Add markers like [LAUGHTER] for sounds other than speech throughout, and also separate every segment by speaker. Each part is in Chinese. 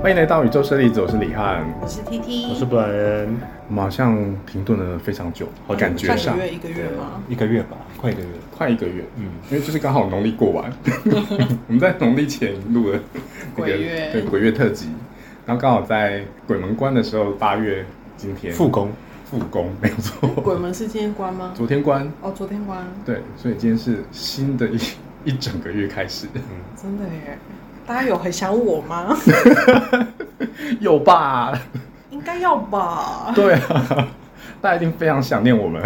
Speaker 1: 欢迎来到宇宙射粒子，我是李翰。
Speaker 2: 我是 T T，
Speaker 3: 我是布莱恩，
Speaker 1: 我们好像停顿了非常久，
Speaker 3: 好
Speaker 1: 感
Speaker 3: 久
Speaker 1: 觉
Speaker 2: 上
Speaker 1: 上
Speaker 2: 个月一个月吗？
Speaker 3: 一个月吧，快一个月。
Speaker 1: 快一个月，
Speaker 3: 嗯，
Speaker 1: 因为就是刚好农历过
Speaker 3: [LAUGHS]
Speaker 1: 完，我们在农历前录了那个
Speaker 2: 鬼月
Speaker 1: 对鬼月特辑，然后刚好在鬼门关的时候，八月今天
Speaker 3: 复工，
Speaker 1: 复工，没有
Speaker 2: 鬼
Speaker 1: 错，
Speaker 2: 门是今天关吗？
Speaker 1: 昨天关，
Speaker 2: 哦，昨天关，
Speaker 1: 对，所以今天是新的一一整个月开始，
Speaker 3: 嗯
Speaker 2: 真的耶！大家有很想我
Speaker 3: [LAUGHS]
Speaker 2: 吗？
Speaker 1: 有吧？
Speaker 2: 应该要吧。
Speaker 1: 对啊，大家一定非常想念我们，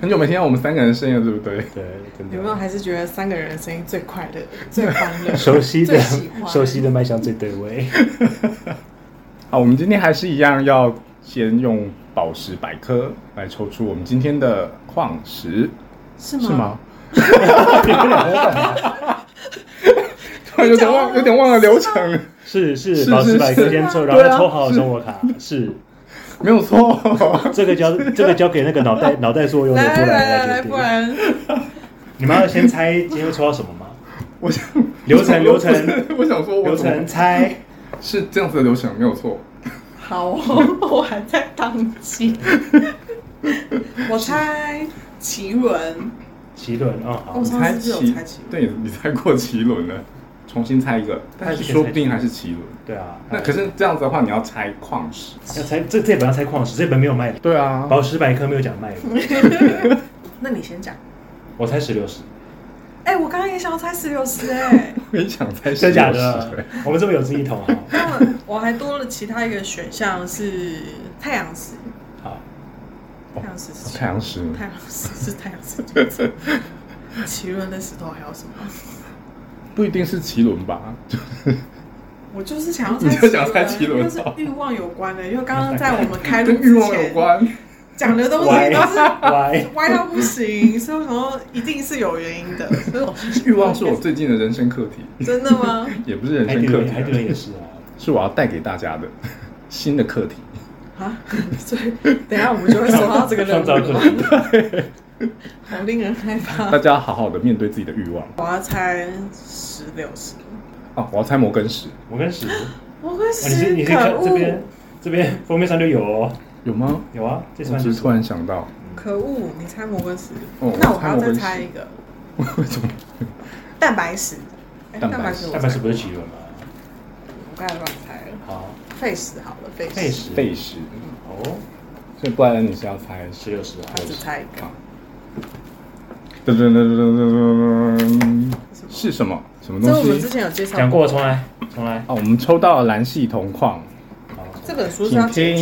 Speaker 1: 很久没听到我们三个人的声音了，对不对？
Speaker 3: 对，真的
Speaker 2: 有没有还是觉得三个人的声音最快乐、最欢乐？
Speaker 3: [LAUGHS] 熟悉的
Speaker 2: 最喜欢
Speaker 3: 熟悉的麦香最对味。
Speaker 1: 好，我们今天还是一样要先用宝石百科来抽出我们今天的矿石，
Speaker 2: 是吗？
Speaker 1: 是吗？突 [LAUGHS] 然有点 [LAUGHS] 忘，有点忘了流程，
Speaker 3: 是是，
Speaker 1: 是
Speaker 3: 宝石
Speaker 1: 是
Speaker 3: 百科
Speaker 1: 是
Speaker 3: 先抽，然
Speaker 1: 对啊
Speaker 3: 后抽好
Speaker 1: 是
Speaker 3: 生活卡。是
Speaker 1: 没有错。
Speaker 3: 这个交这个交给那个脑袋脑袋作用的
Speaker 2: 来
Speaker 3: 布
Speaker 2: 来来来
Speaker 3: 莱来
Speaker 2: 来，
Speaker 3: 决
Speaker 2: 不
Speaker 3: 定。
Speaker 2: 然
Speaker 3: 你们要先猜今天会抽到什么吗？
Speaker 1: 我想
Speaker 3: 流程流程，
Speaker 1: [LAUGHS] 我想说我
Speaker 3: 流
Speaker 1: 怎么
Speaker 3: 程猜，
Speaker 1: 是这样子的流程，没有错。
Speaker 2: 好
Speaker 3: [LAUGHS]
Speaker 2: 哦，我还在当机。我猜奇轮，
Speaker 3: 奇轮哦，好
Speaker 2: 我，
Speaker 1: 你
Speaker 2: 上
Speaker 1: 猜
Speaker 2: 次是有
Speaker 1: 奇
Speaker 2: 猜奇，轮
Speaker 1: 对，你猜过奇轮了，重新猜一个，但是说不定还是奇轮。
Speaker 3: 对啊。
Speaker 1: 那可是这样子的话，你要猜矿石。
Speaker 3: 要猜这这本要猜矿石，这本没有卖的，
Speaker 1: 对啊，
Speaker 3: 宝石百科没有讲卖的。
Speaker 2: 那你先讲。
Speaker 3: 我猜石榴石，
Speaker 2: 哎、我刚刚也想要猜十六十哎，
Speaker 1: 没想猜
Speaker 3: 真假
Speaker 1: 石榴 [LAUGHS]
Speaker 3: 的
Speaker 1: 石？
Speaker 3: 我们这么有志一同啊。
Speaker 2: 那我还多了其他一个选项是太阳石，
Speaker 3: 好，哦
Speaker 2: 太阳石是
Speaker 1: 太阳石
Speaker 2: 太阳石 [LAUGHS] 是太阳石金子，奇轮的石头还有什么？
Speaker 1: 不一定是奇轮吧？
Speaker 2: 我就是想要
Speaker 1: 你就
Speaker 2: 猜
Speaker 1: 想猜
Speaker 2: 奇
Speaker 1: 奇轮
Speaker 2: 轮，就是
Speaker 3: 啊
Speaker 2: 欲望有关的，因为刚
Speaker 3: [LAUGHS]
Speaker 2: 刚在我们开录
Speaker 1: 跟欲
Speaker 2: 之
Speaker 1: 望有
Speaker 2: 前
Speaker 1: 关。
Speaker 2: 讲的东西
Speaker 3: 歪
Speaker 2: 都是
Speaker 3: 歪，
Speaker 2: 歪到不行， [LAUGHS] 所以我想说一定是有原因
Speaker 3: [LAUGHS]
Speaker 2: 的。所以我
Speaker 1: 欲望是我最近的人生课题，
Speaker 2: 真的吗？
Speaker 1: 也不是人
Speaker 3: 海底
Speaker 1: 生课
Speaker 3: 轮海底轮
Speaker 1: 题
Speaker 3: 也
Speaker 1: 啊，
Speaker 3: 是啊。
Speaker 1: 是我要带给大家的新的课题。
Speaker 2: 啊， [LAUGHS] 所以等一下我们就会收到这个任
Speaker 3: 创造
Speaker 2: 务
Speaker 3: 课
Speaker 2: 了，
Speaker 3: 题，
Speaker 2: 好令人害
Speaker 1: 大
Speaker 2: 怕。
Speaker 1: 家好好的面对自己的欲望
Speaker 2: 我要猜石榴石，
Speaker 1: 啊！我要猜摩根石，
Speaker 3: 我跟史，哦
Speaker 2: 我会
Speaker 3: 你是
Speaker 2: 石
Speaker 3: 你是
Speaker 2: 可
Speaker 3: 看这边
Speaker 2: 恶，
Speaker 3: 这边封面上就有哦，
Speaker 1: 有吗？
Speaker 3: 有啊，这
Speaker 1: 我
Speaker 3: 算
Speaker 1: 只
Speaker 3: 是
Speaker 1: 是突然想到，
Speaker 2: 可恶！你猜摩根石，
Speaker 1: 哦
Speaker 2: 那
Speaker 1: 我
Speaker 2: 我
Speaker 1: 猜
Speaker 2: 还要
Speaker 1: 摩
Speaker 2: 再
Speaker 1: 根石
Speaker 2: 猜一个
Speaker 1: 为什么？
Speaker 2: 蛋白石。哎
Speaker 1: 蛋白
Speaker 2: 石
Speaker 1: 石
Speaker 2: 我
Speaker 3: 蛋
Speaker 2: 猜
Speaker 3: 白石
Speaker 2: 过
Speaker 3: 不是奇轮吗？
Speaker 2: 我刚才乱猜了，
Speaker 3: 好，
Speaker 2: 费时好了，费
Speaker 3: 贝
Speaker 2: 时，
Speaker 3: 石，
Speaker 1: 贝石。
Speaker 3: 哦，
Speaker 1: 所以不然你是要猜
Speaker 3: 石榴石啊
Speaker 2: 我，只猜一个
Speaker 1: 啊？噔噔噔噔噔噔
Speaker 2: 什
Speaker 1: 噔，
Speaker 2: 么
Speaker 1: 是什么？什么
Speaker 2: 这我们
Speaker 1: 东
Speaker 2: 之
Speaker 1: 西？
Speaker 2: 前有介绍
Speaker 3: 讲过，重来，重来，
Speaker 1: 哦，我们抽到了蓝系铜矿，
Speaker 3: 好，
Speaker 2: 这本书是要
Speaker 1: 请
Speaker 2: 解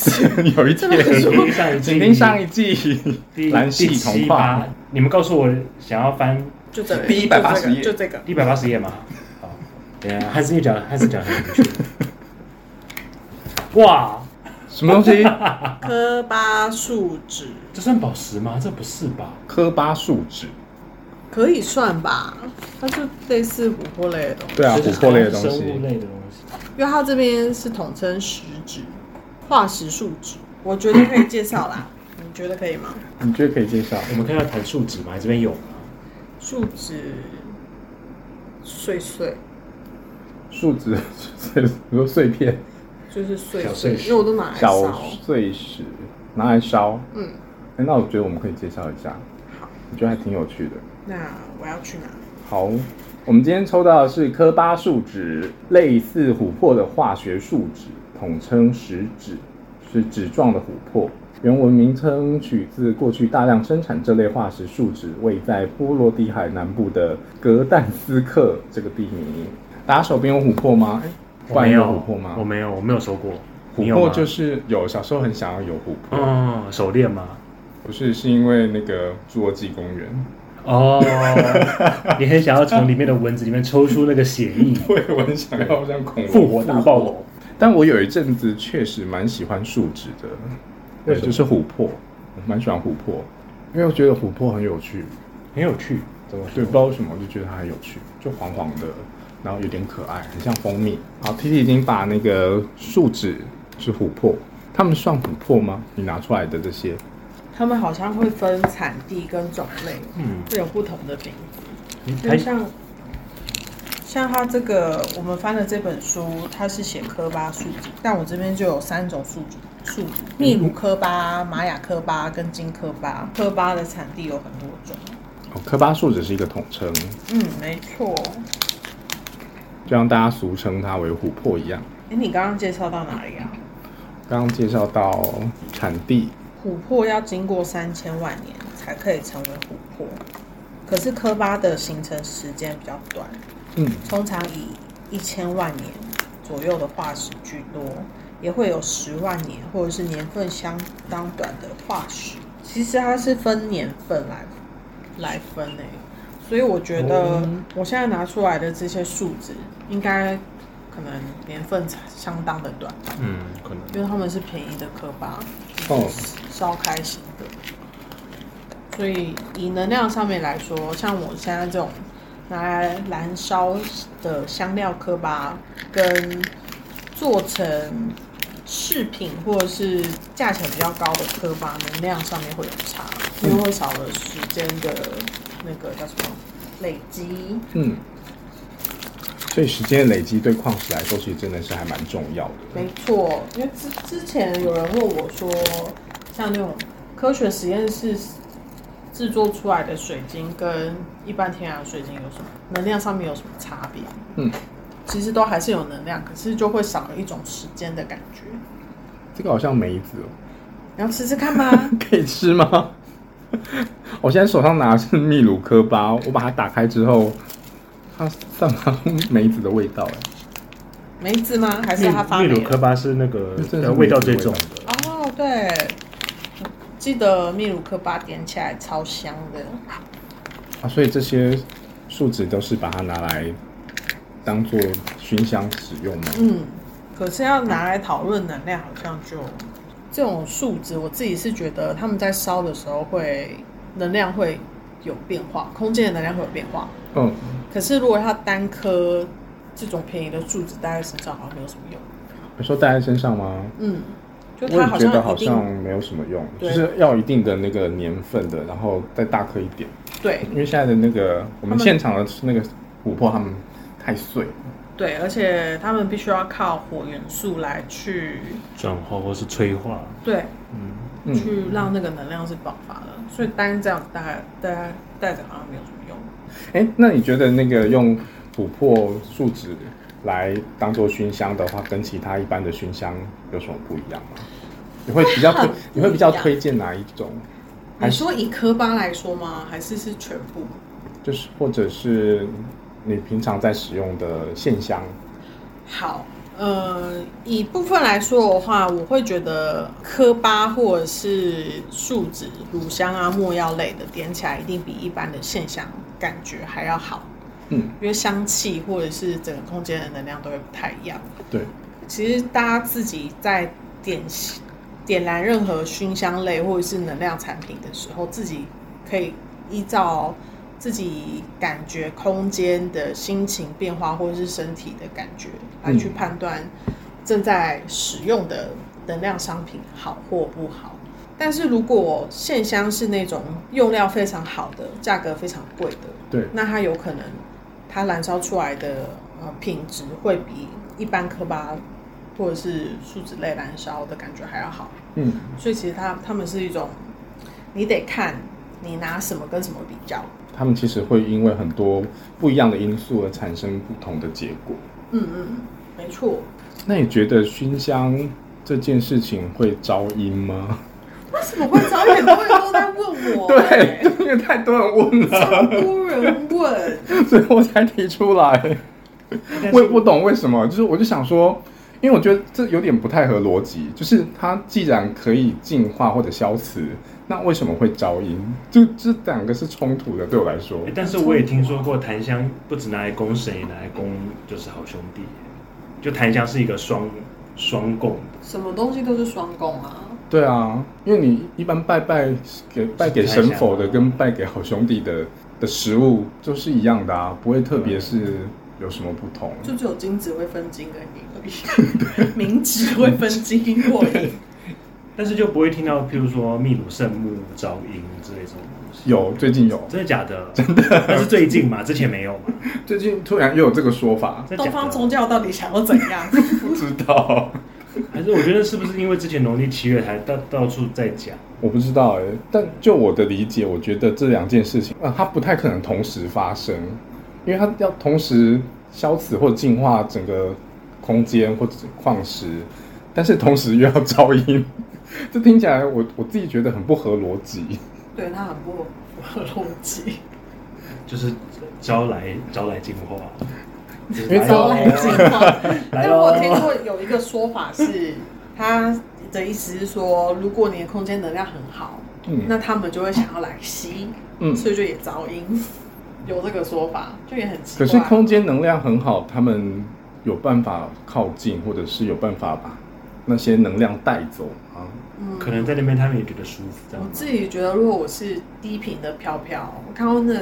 Speaker 2: 题的
Speaker 1: 听，有一
Speaker 2: 这本
Speaker 1: 天，
Speaker 2: 书
Speaker 3: 请听上一季，
Speaker 1: 请听上一季
Speaker 3: 第
Speaker 1: 蓝系
Speaker 3: 第七
Speaker 1: 铜矿
Speaker 3: 八，，你们告诉我想要翻
Speaker 2: 就这个
Speaker 1: 第180页
Speaker 2: 就这个，
Speaker 3: 一百八十页吗？好，等一下，汉斯你讲，汉斯讲很有趣，哇，
Speaker 1: 什么东西？
Speaker 2: 科巴树脂
Speaker 3: 这算宝石吗？这不是吧？
Speaker 1: 科巴树脂，
Speaker 2: 可以算吧，它就类似琥珀类的东西，
Speaker 1: 对啊，
Speaker 3: 这
Speaker 1: 琥
Speaker 3: 是
Speaker 1: 珀类的东
Speaker 3: 生物
Speaker 1: 西。
Speaker 3: 类的东西。
Speaker 2: 因为它这边是统称石脂、化石树脂，我觉得可以介
Speaker 1: [LAUGHS]
Speaker 2: 绍啦，你觉得可以吗？
Speaker 1: 你觉得可以介绍？
Speaker 3: 我们看到谈数值嘛，这边有吗？
Speaker 2: 树脂碎碎
Speaker 1: 树脂 [LAUGHS] 碎，比如碎片、
Speaker 2: 就是碎
Speaker 3: 小
Speaker 2: 碎
Speaker 3: 碎，石
Speaker 2: 因为我都拿来
Speaker 1: 小
Speaker 2: 烧，
Speaker 1: 碎石拿来烧。
Speaker 2: 嗯，
Speaker 1: 哎，那我觉得我们可以介绍一下，我觉得还挺有趣的。
Speaker 2: 那我要去哪？
Speaker 1: 好，我们今天抽到的是科巴树脂，类似琥珀的化学树脂，统称石脂，是脂状的琥珀。原文名称取自过去大量生产这类化石树脂位在波罗的海南部的格但斯克这个地名。大家手边有琥珀吗？哎
Speaker 3: 我
Speaker 1: 罐
Speaker 3: 没有
Speaker 1: 琥珀吗？
Speaker 3: 我没有，我没有收过。你
Speaker 1: 琥
Speaker 3: 有啊
Speaker 1: 珀
Speaker 3: 吗
Speaker 1: 就是有，小时候很想要有琥珀，
Speaker 3: 嗯，手链吗？
Speaker 1: 不是是因为那个侏罗纪公园， [LAUGHS]
Speaker 3: 哦， [LAUGHS] 你很想要从里面的蚊子里面抽出那个血 [LAUGHS] 液，
Speaker 1: 我也很想要让恐龙啊
Speaker 3: 复活大暴龙。
Speaker 1: 但我有一阵子确实蛮喜欢树脂的，
Speaker 3: 为
Speaker 1: 对，
Speaker 3: 什么
Speaker 1: 就是琥珀，我蛮喜欢琥珀，因为我觉得琥珀很有趣，
Speaker 3: 很有趣，怎么
Speaker 1: 对，不
Speaker 3: 说
Speaker 1: 知道为什么我就觉得它很有趣，就黄黄的，然后有点可爱，很像蜂蜜。好，T T 已经把那个树脂是琥珀，它们算琥珀吗？你拿出来的这些，
Speaker 2: 他们好像会分产地跟种类，
Speaker 3: 嗯，
Speaker 2: 会有不同的名字，
Speaker 3: 你
Speaker 2: 就
Speaker 3: 还
Speaker 2: 像像它这个我们翻的这本书，它是写科巴数值，但我这边就有三种数值。数值：秘鲁科巴、玛雅科巴跟金科巴。科巴的产地有很多种。
Speaker 1: 哦，科巴数值是一个统称，
Speaker 2: 嗯，没错。
Speaker 1: 就像大家俗称它为琥珀一样。
Speaker 2: 哎，你刚刚介绍到哪里啊？
Speaker 1: 刚刚介绍到产地，
Speaker 2: 琥珀要经过三千万年才可以成为琥珀，可是科巴的形成时间比较短，
Speaker 1: 嗯，
Speaker 2: 通常以一千万年左右的化石居多，也会有十万年或者是年份相当短的化石。其实它是分年份来来分诶、所以我觉得
Speaker 3: 哦
Speaker 2: 我现在拿出来的这些数值，应该可能年份相当的短，
Speaker 3: 嗯，可能
Speaker 2: 因为他们是便宜的科巴。
Speaker 1: 哦，
Speaker 2: 烧开型的。所以以能量上面来说，像我现在这种拿来燃烧的香料科巴，跟做成饰品或者是价钱比较高的科巴，能量上面会有差，因为会少了时间的那个叫什么累积。
Speaker 1: 嗯，所以时间累积对矿石来说，其实真的是还蛮重要的
Speaker 2: 没。错，因为之之前有人问我说，像那种科学实验室制作出来的水晶跟一般天然水晶有什么能量上面有什么差别？
Speaker 1: 嗯，
Speaker 2: 其实都还是有能量，可是就会少了一种时间的感觉。
Speaker 1: 这个好像梅子哦， [LAUGHS]
Speaker 2: 你要试试看吗？
Speaker 3: [LAUGHS]
Speaker 1: 可以吃吗？ [LAUGHS] 我现在手上拿的是秘鲁科巴，我把它打开之后，它散发出梅子的味道，哎，
Speaker 2: 梅子吗？还是它发
Speaker 3: 秘
Speaker 2: 霉
Speaker 3: 鲁科
Speaker 2: 了？
Speaker 3: 巴是那个
Speaker 1: 这真的是
Speaker 3: 呃味道最重
Speaker 1: 味
Speaker 3: 的，
Speaker 2: 哦，对，记得秘鲁科巴点起来超香的。
Speaker 1: 啊，所以这些树脂都是把它拿来当做熏香使用吗？
Speaker 2: 嗯，可是要拿来讨论能量，好像就这种数值，我自己是觉得他们在烧的时候会能量会有变化，空间的能量会有变化。
Speaker 1: 嗯，
Speaker 2: 可是如果它单颗这种便宜的数值戴在身上好像没有什么用。
Speaker 1: 你说戴在身上吗？
Speaker 2: 嗯，就
Speaker 1: 我也
Speaker 2: 它好
Speaker 1: 觉得
Speaker 2: 像
Speaker 1: 好
Speaker 2: 一定
Speaker 1: 像没有什么用，就
Speaker 2: 对
Speaker 1: 是要一定的那个年份的，然后再大颗一点。
Speaker 2: 对
Speaker 1: 因为现在的那个我们
Speaker 2: 们
Speaker 1: 现场的那个琥珀，它们太碎了，
Speaker 2: 对，而且他们必须要靠火元素来去
Speaker 3: 转化或是催化，
Speaker 2: 对
Speaker 3: 嗯，
Speaker 1: 嗯，
Speaker 2: 去让那个能量是爆发的，所以单这样戴戴戴着好像没有什么用。
Speaker 1: 哎，那你觉得那个用琥珀树脂来当做熏香的话，跟其他一般的熏香有什么不一样吗？你会比较推
Speaker 2: 会很不一样，
Speaker 1: 你会比较推荐哪一种？还
Speaker 2: 你
Speaker 1: 是
Speaker 2: 说以科巴来说吗？还是是全部？
Speaker 1: 就是或者是你平常在使用的线香？
Speaker 2: 好，呃，以部分来说的话，我会觉得科巴或者是树脂、乳香啊、墨药类的点起来，一定比一般的线香感觉还要好，
Speaker 1: 嗯，
Speaker 2: 因为香气或者是整个空间的能量都会不太一样。
Speaker 1: 对，
Speaker 2: 其实大家自己在点点燃任何熏香类或者是能量产品的时候，自己可以依照自己感觉空间的心情变化或者是身体的感觉来去判断正在使用的能量商品好或不好。但是如果线香是那种用料非常好的，价格非常贵的，
Speaker 1: 对，
Speaker 2: 那它有可能它燃烧出来的呃品质会比一般科巴或者是树脂类燃烧的感觉还要好，
Speaker 1: 嗯，
Speaker 2: 所以其实它它们是一种，你得看你拿什么跟什么比较，
Speaker 1: 他们其实会因为很多不一样的因素而产生不同的结果。
Speaker 2: 嗯嗯，没错，
Speaker 1: 那你觉得熏香这件事情会招阴吗？
Speaker 2: 为什么会早点多人都 [LAUGHS] 在问
Speaker 1: 哦
Speaker 2: 我、
Speaker 1: 对，因为太多人问
Speaker 2: 超
Speaker 1: 了，
Speaker 2: 多人问，
Speaker 1: 所以我才提出 [LAUGHS] 来。我也不懂为什么，就是我就想说，因为我觉得这有点不太合逻辑，就是它既然可以净化或者消磁，那为什么会招阴？就这两个是冲突的，对我来说。
Speaker 3: 诶但是我也听说过檀香不止拿来供神，也拿来供就是好兄弟，就檀香是一个双双供的，
Speaker 2: 什么东西都是双供啊，
Speaker 1: 对啊，因为你一般拜拜给拜给神佛的，
Speaker 3: 是太像了
Speaker 1: 跟拜给好兄弟的的食物就是一样的啊，不会特别是有什么不同。
Speaker 2: 就只有 [LAUGHS] 金子会分金跟银而已，明纸会分金或银。
Speaker 3: 但是就不会听到，譬如说秘鲁圣木、招音之类这种东西。
Speaker 1: 有最近有，
Speaker 3: 真的假的？真的。那是最近嘛，之前没有嘛？
Speaker 2: [LAUGHS]
Speaker 1: 最近突然又有这个说法，
Speaker 3: 真的假
Speaker 2: 东方
Speaker 3: 的
Speaker 2: 宗教到底想要怎样？
Speaker 1: 不知道，
Speaker 3: 还是我觉得是不是因为之前农历七月还到到处在讲？
Speaker 1: 我不知道哎、但就我的理解，我觉得这两件事情，呃，它不太可能同时发生，因为它要同时消磁或净化整个空间或者是矿石，但是同时又要噪音， [LAUGHS] 这听起来我我自己觉得很不合逻辑。
Speaker 2: 对他很不合逻辑。
Speaker 3: 就是招来招来进
Speaker 2: [LAUGHS]
Speaker 3: 化，就是
Speaker 1: 因为 [LAUGHS]
Speaker 2: 招
Speaker 1: 来
Speaker 2: 来
Speaker 1: 咯
Speaker 2: 进
Speaker 1: [LAUGHS]
Speaker 2: 化。
Speaker 3: 来
Speaker 2: 啊但
Speaker 3: 咯
Speaker 2: 我有听过有一个说法是，他的意思是说，如果你的空间能量很好，
Speaker 1: 嗯
Speaker 2: 那他们就会想要来吸，
Speaker 1: 嗯，
Speaker 2: 所以就也噪音。有这个说法，就也很奇
Speaker 1: 可
Speaker 2: 怪。
Speaker 1: 是空间能量很好，他们有办法靠近，或者是有办法把那些能量带走啊。
Speaker 2: 嗯
Speaker 3: 可能在那边他们也觉得舒服，这样
Speaker 2: 我
Speaker 3: 吗
Speaker 2: 自己觉得，如果我是低频的飘飘，我看到那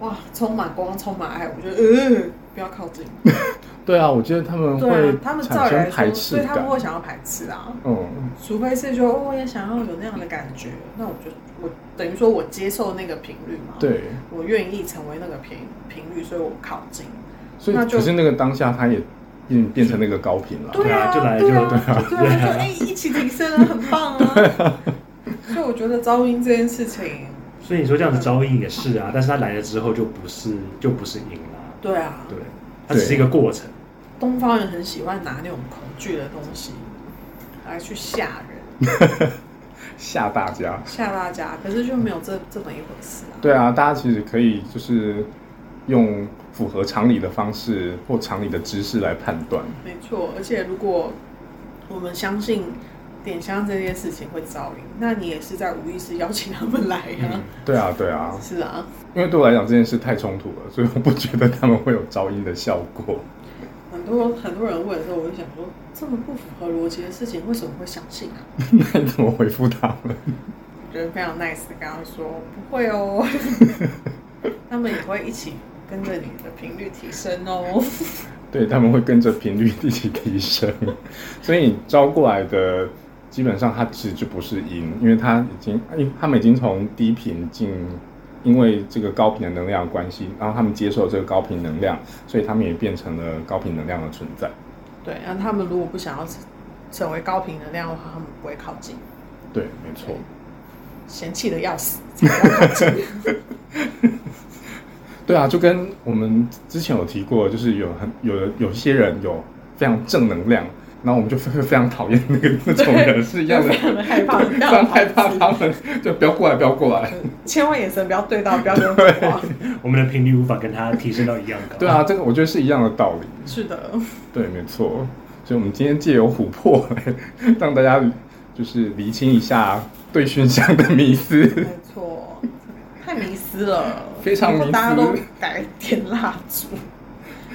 Speaker 2: 哇，充满光，充满爱，我觉得呃，不要靠近。
Speaker 1: 对啊，我觉得他们
Speaker 2: 对
Speaker 1: 会
Speaker 2: 啊，他们照
Speaker 1: 产
Speaker 2: 理
Speaker 1: 生
Speaker 2: 来说
Speaker 1: 排，斥
Speaker 2: 对他
Speaker 1: 感
Speaker 2: 们。会想要排斥啊。
Speaker 1: 嗯，
Speaker 2: 除非是说，哦，我也想要有那样的感觉，那我就我等于说我接受那个频率嘛，，
Speaker 1: 对，
Speaker 2: 我愿意成为那个频频率，所以我靠近。
Speaker 1: 所以
Speaker 2: 那就
Speaker 1: 可是那个当下，他也变变成那个高频了。
Speaker 3: 对啊就来
Speaker 2: 对
Speaker 3: 就对
Speaker 2: 啊
Speaker 3: 啊，
Speaker 2: 对啊，就哎、一起提升啊，很棒啊。所以我觉得噪音这件事情，
Speaker 3: 所以你说这样子招音也是啊，但是他来了之后就不是就不是赢啦，
Speaker 2: 对啊，
Speaker 3: 对，它只是一个过程。
Speaker 2: 东方人很喜欢拿那种恐惧的东西来去吓人、
Speaker 1: 吓大家。
Speaker 2: 吓大家，可是就没有这这么一回事啊。
Speaker 1: 对啊，大家其实可以就是用符合常理的方式或常理的知识来判断。
Speaker 2: 没错，而且如果我们相信点香这件事情会招引，那你也是在无意识邀请他们来呀、
Speaker 3: 嗯
Speaker 1: 对啊，对啊，
Speaker 2: 是啊，
Speaker 1: 因为对我来讲这件事太冲突了，所以我不觉得他们会有噪音的效果。 [LAUGHS]
Speaker 2: 很多很多人问的时候，我就想说，这么不符合逻辑的事情，为什么会相信啊？
Speaker 1: 那你怎么回复他们？
Speaker 2: 我觉得非常 nice 的跟他说，不会哦，他们也会一起跟着你的频率提升哦。
Speaker 1: 对，他们会跟着频率一起提升，所以你招过来的基本上它其实就不是音，因为它已经，因为他们已经从低频进，因为这个高频的能量的关系，然后他们接受这个高频能量，所以他们也变成了高频能量的存在。
Speaker 2: 对，那他们如果不想要成为高频能量的话，他们不会靠近，
Speaker 1: 对，没错。
Speaker 2: 嫌弃的要死。
Speaker 1: 对啊，就跟我们之前有提过，就是有很有有些人有非常正能量，然后我们就会非常讨厌那个那种人是一样的
Speaker 2: 非，常的害怕，
Speaker 1: [LAUGHS] 非常害怕他们，就不要过来，不要过来。
Speaker 2: 千万眼神不要对到，不要跟我讲 [LAUGHS] 话。
Speaker 3: 我们的频率无法跟它提升到一样高。
Speaker 1: 对啊，，这个我觉得是一样的道理。
Speaker 2: 是的，
Speaker 1: 对，没错。所以，我们今天借由琥珀 [LAUGHS] 来让大家就是厘清一下对熏香的迷思。 [LAUGHS]
Speaker 2: 没错，太迷失了，
Speaker 1: 非常迷失
Speaker 2: 以后大家都改点蜡烛。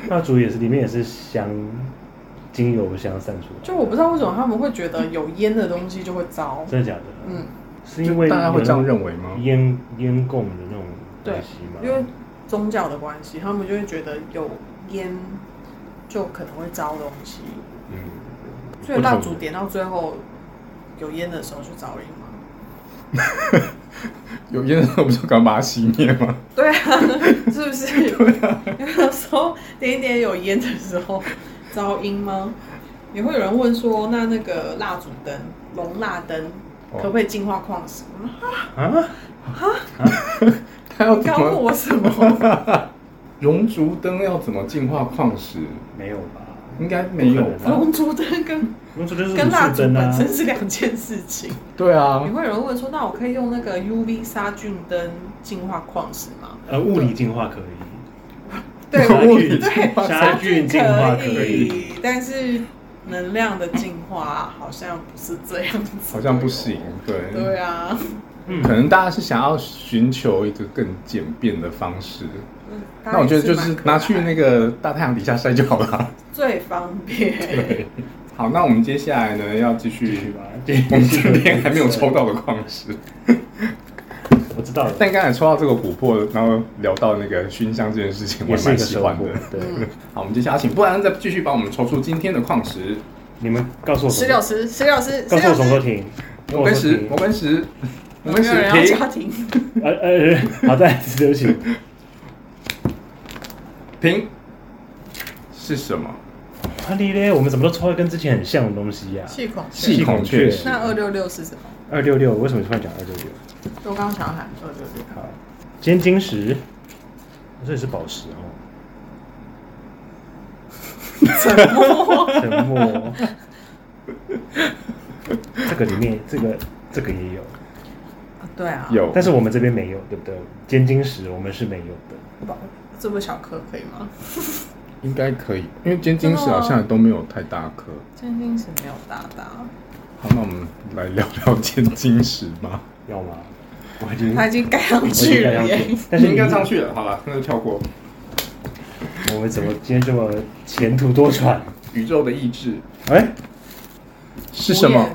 Speaker 3: 蜡烛也是里面也是香，精油香散出来，
Speaker 2: 就我不知道为什么他们会觉得有烟的东西就会糟。
Speaker 3: 真的假的？
Speaker 2: 嗯，，
Speaker 3: 是因为
Speaker 1: 大家会这样认为吗？
Speaker 3: 有烟烟供的那种
Speaker 2: 对
Speaker 3: 东西吗？，
Speaker 2: 因为宗教的关系，他们就会觉得有烟就可能会招东西，
Speaker 3: 嗯，
Speaker 2: 所以蜡烛点到最后有烟的时候就招烟嘛。
Speaker 1: 有烟的时候不就赶快把它熄灭 [LAUGHS] 吗？
Speaker 2: 对啊， [LAUGHS] 是不是？对啊，有时候点一点有烟的时候，噪音吗？也会有人问说，那那个蜡烛灯、龙蜡灯
Speaker 1: 哦
Speaker 2: 可不可以净化矿石？
Speaker 3: 啊，
Speaker 1: 它要
Speaker 2: 你
Speaker 1: 怎
Speaker 2: 刚问
Speaker 1: 么？
Speaker 2: 我什么？
Speaker 1: 熔烛灯要怎么净化矿石？
Speaker 3: 没有吧？
Speaker 1: 应该没有
Speaker 2: [LAUGHS]
Speaker 3: 不可能啊
Speaker 1: 吧？
Speaker 2: 龙烛灯跟
Speaker 3: 我觉得是
Speaker 2: 跟
Speaker 3: 五
Speaker 2: 蜡
Speaker 3: 色
Speaker 2: 烛
Speaker 3: 灯
Speaker 2: 本
Speaker 3: 啊，
Speaker 2: 身是两件事情。
Speaker 1: 对啊
Speaker 2: 也，会有人问说，那我可以用那个 UV 杀菌灯净化矿石吗？
Speaker 3: 呃，物理净化可以，
Speaker 2: 对，
Speaker 3: 杀
Speaker 2: 我
Speaker 3: 菌
Speaker 2: 对，
Speaker 3: 杀菌净化可以，
Speaker 2: 以，但是能量的净化好像不是这样子。
Speaker 1: 好像不行。对，
Speaker 2: 对啊。
Speaker 3: 嗯
Speaker 1: 可能大家是想要寻求一个更简便的方式。
Speaker 2: 嗯
Speaker 1: 那我觉得就是拿去那
Speaker 2: 个
Speaker 1: 个大太阳底下晒就好了。
Speaker 2: 最方便。
Speaker 1: 好，那我们接下来呢要继
Speaker 3: 继续
Speaker 1: 续
Speaker 3: 吧。继续
Speaker 1: 我们 [LAUGHS] 这边还没有抽，到的矿石，
Speaker 3: 我知道了，
Speaker 1: [LAUGHS] 但刚才抽到这个琥珀，然后聊到那个熏香这件事情，我
Speaker 3: 也
Speaker 1: 还蛮
Speaker 3: 是一个
Speaker 1: 喜
Speaker 3: 收
Speaker 1: 欢 [LAUGHS]
Speaker 3: 获
Speaker 1: 的。。
Speaker 3: 对，
Speaker 2: 嗯，
Speaker 1: 好，我们接下来请布兰再继续帮我们抽出今天的矿石。
Speaker 3: 你们告诉我
Speaker 2: 石
Speaker 3: 什么
Speaker 2: 榴石，石榴石，石
Speaker 3: 告诉我
Speaker 2: 榴
Speaker 3: 什么时候
Speaker 2: 石，
Speaker 3: 停？
Speaker 1: 摩根石，摩根 [LAUGHS] 石，摩
Speaker 2: 有没
Speaker 1: 根
Speaker 2: 有
Speaker 1: 石
Speaker 2: 人要
Speaker 1: 平
Speaker 2: 家庭？
Speaker 3: 呃呃， [LAUGHS] 好在对不起，
Speaker 1: 平是什么？
Speaker 3: 哈利啊嘞，我们怎么都抽到跟之前很像的东西呀、
Speaker 2: 气孔
Speaker 1: 气
Speaker 2: 雀。
Speaker 1: 孔雀
Speaker 3: 气
Speaker 2: 那二六六是什么？
Speaker 3: 二六六，为什么突然讲二六六？
Speaker 2: 我刚刚想要喊二六六。
Speaker 3: 好，尖晶石，这也是宝石哦。沉默，沉默。这个里面，这个这个也有，
Speaker 2: 啊对啊，
Speaker 1: 有，
Speaker 3: 但是我们这边没有，对不对？尖晶石我们是没有的。
Speaker 2: 宝这么小颗可以吗？
Speaker 1: 应该可以，因为尖晶石好像都没有太大颗。
Speaker 2: 尖晶石没有大大，
Speaker 1: 好，那我们来聊聊尖晶石吧。
Speaker 3: 要吗？我已经
Speaker 2: 它已经盖上去了
Speaker 3: 我已 [LAUGHS]
Speaker 2: 耶
Speaker 3: 经。但是
Speaker 1: 应
Speaker 3: 你
Speaker 1: 该上去了。好了，那就跳过。
Speaker 3: 我们怎么今天这么前途多舛？
Speaker 1: 宇宙的意志
Speaker 3: 哎、
Speaker 1: 是什么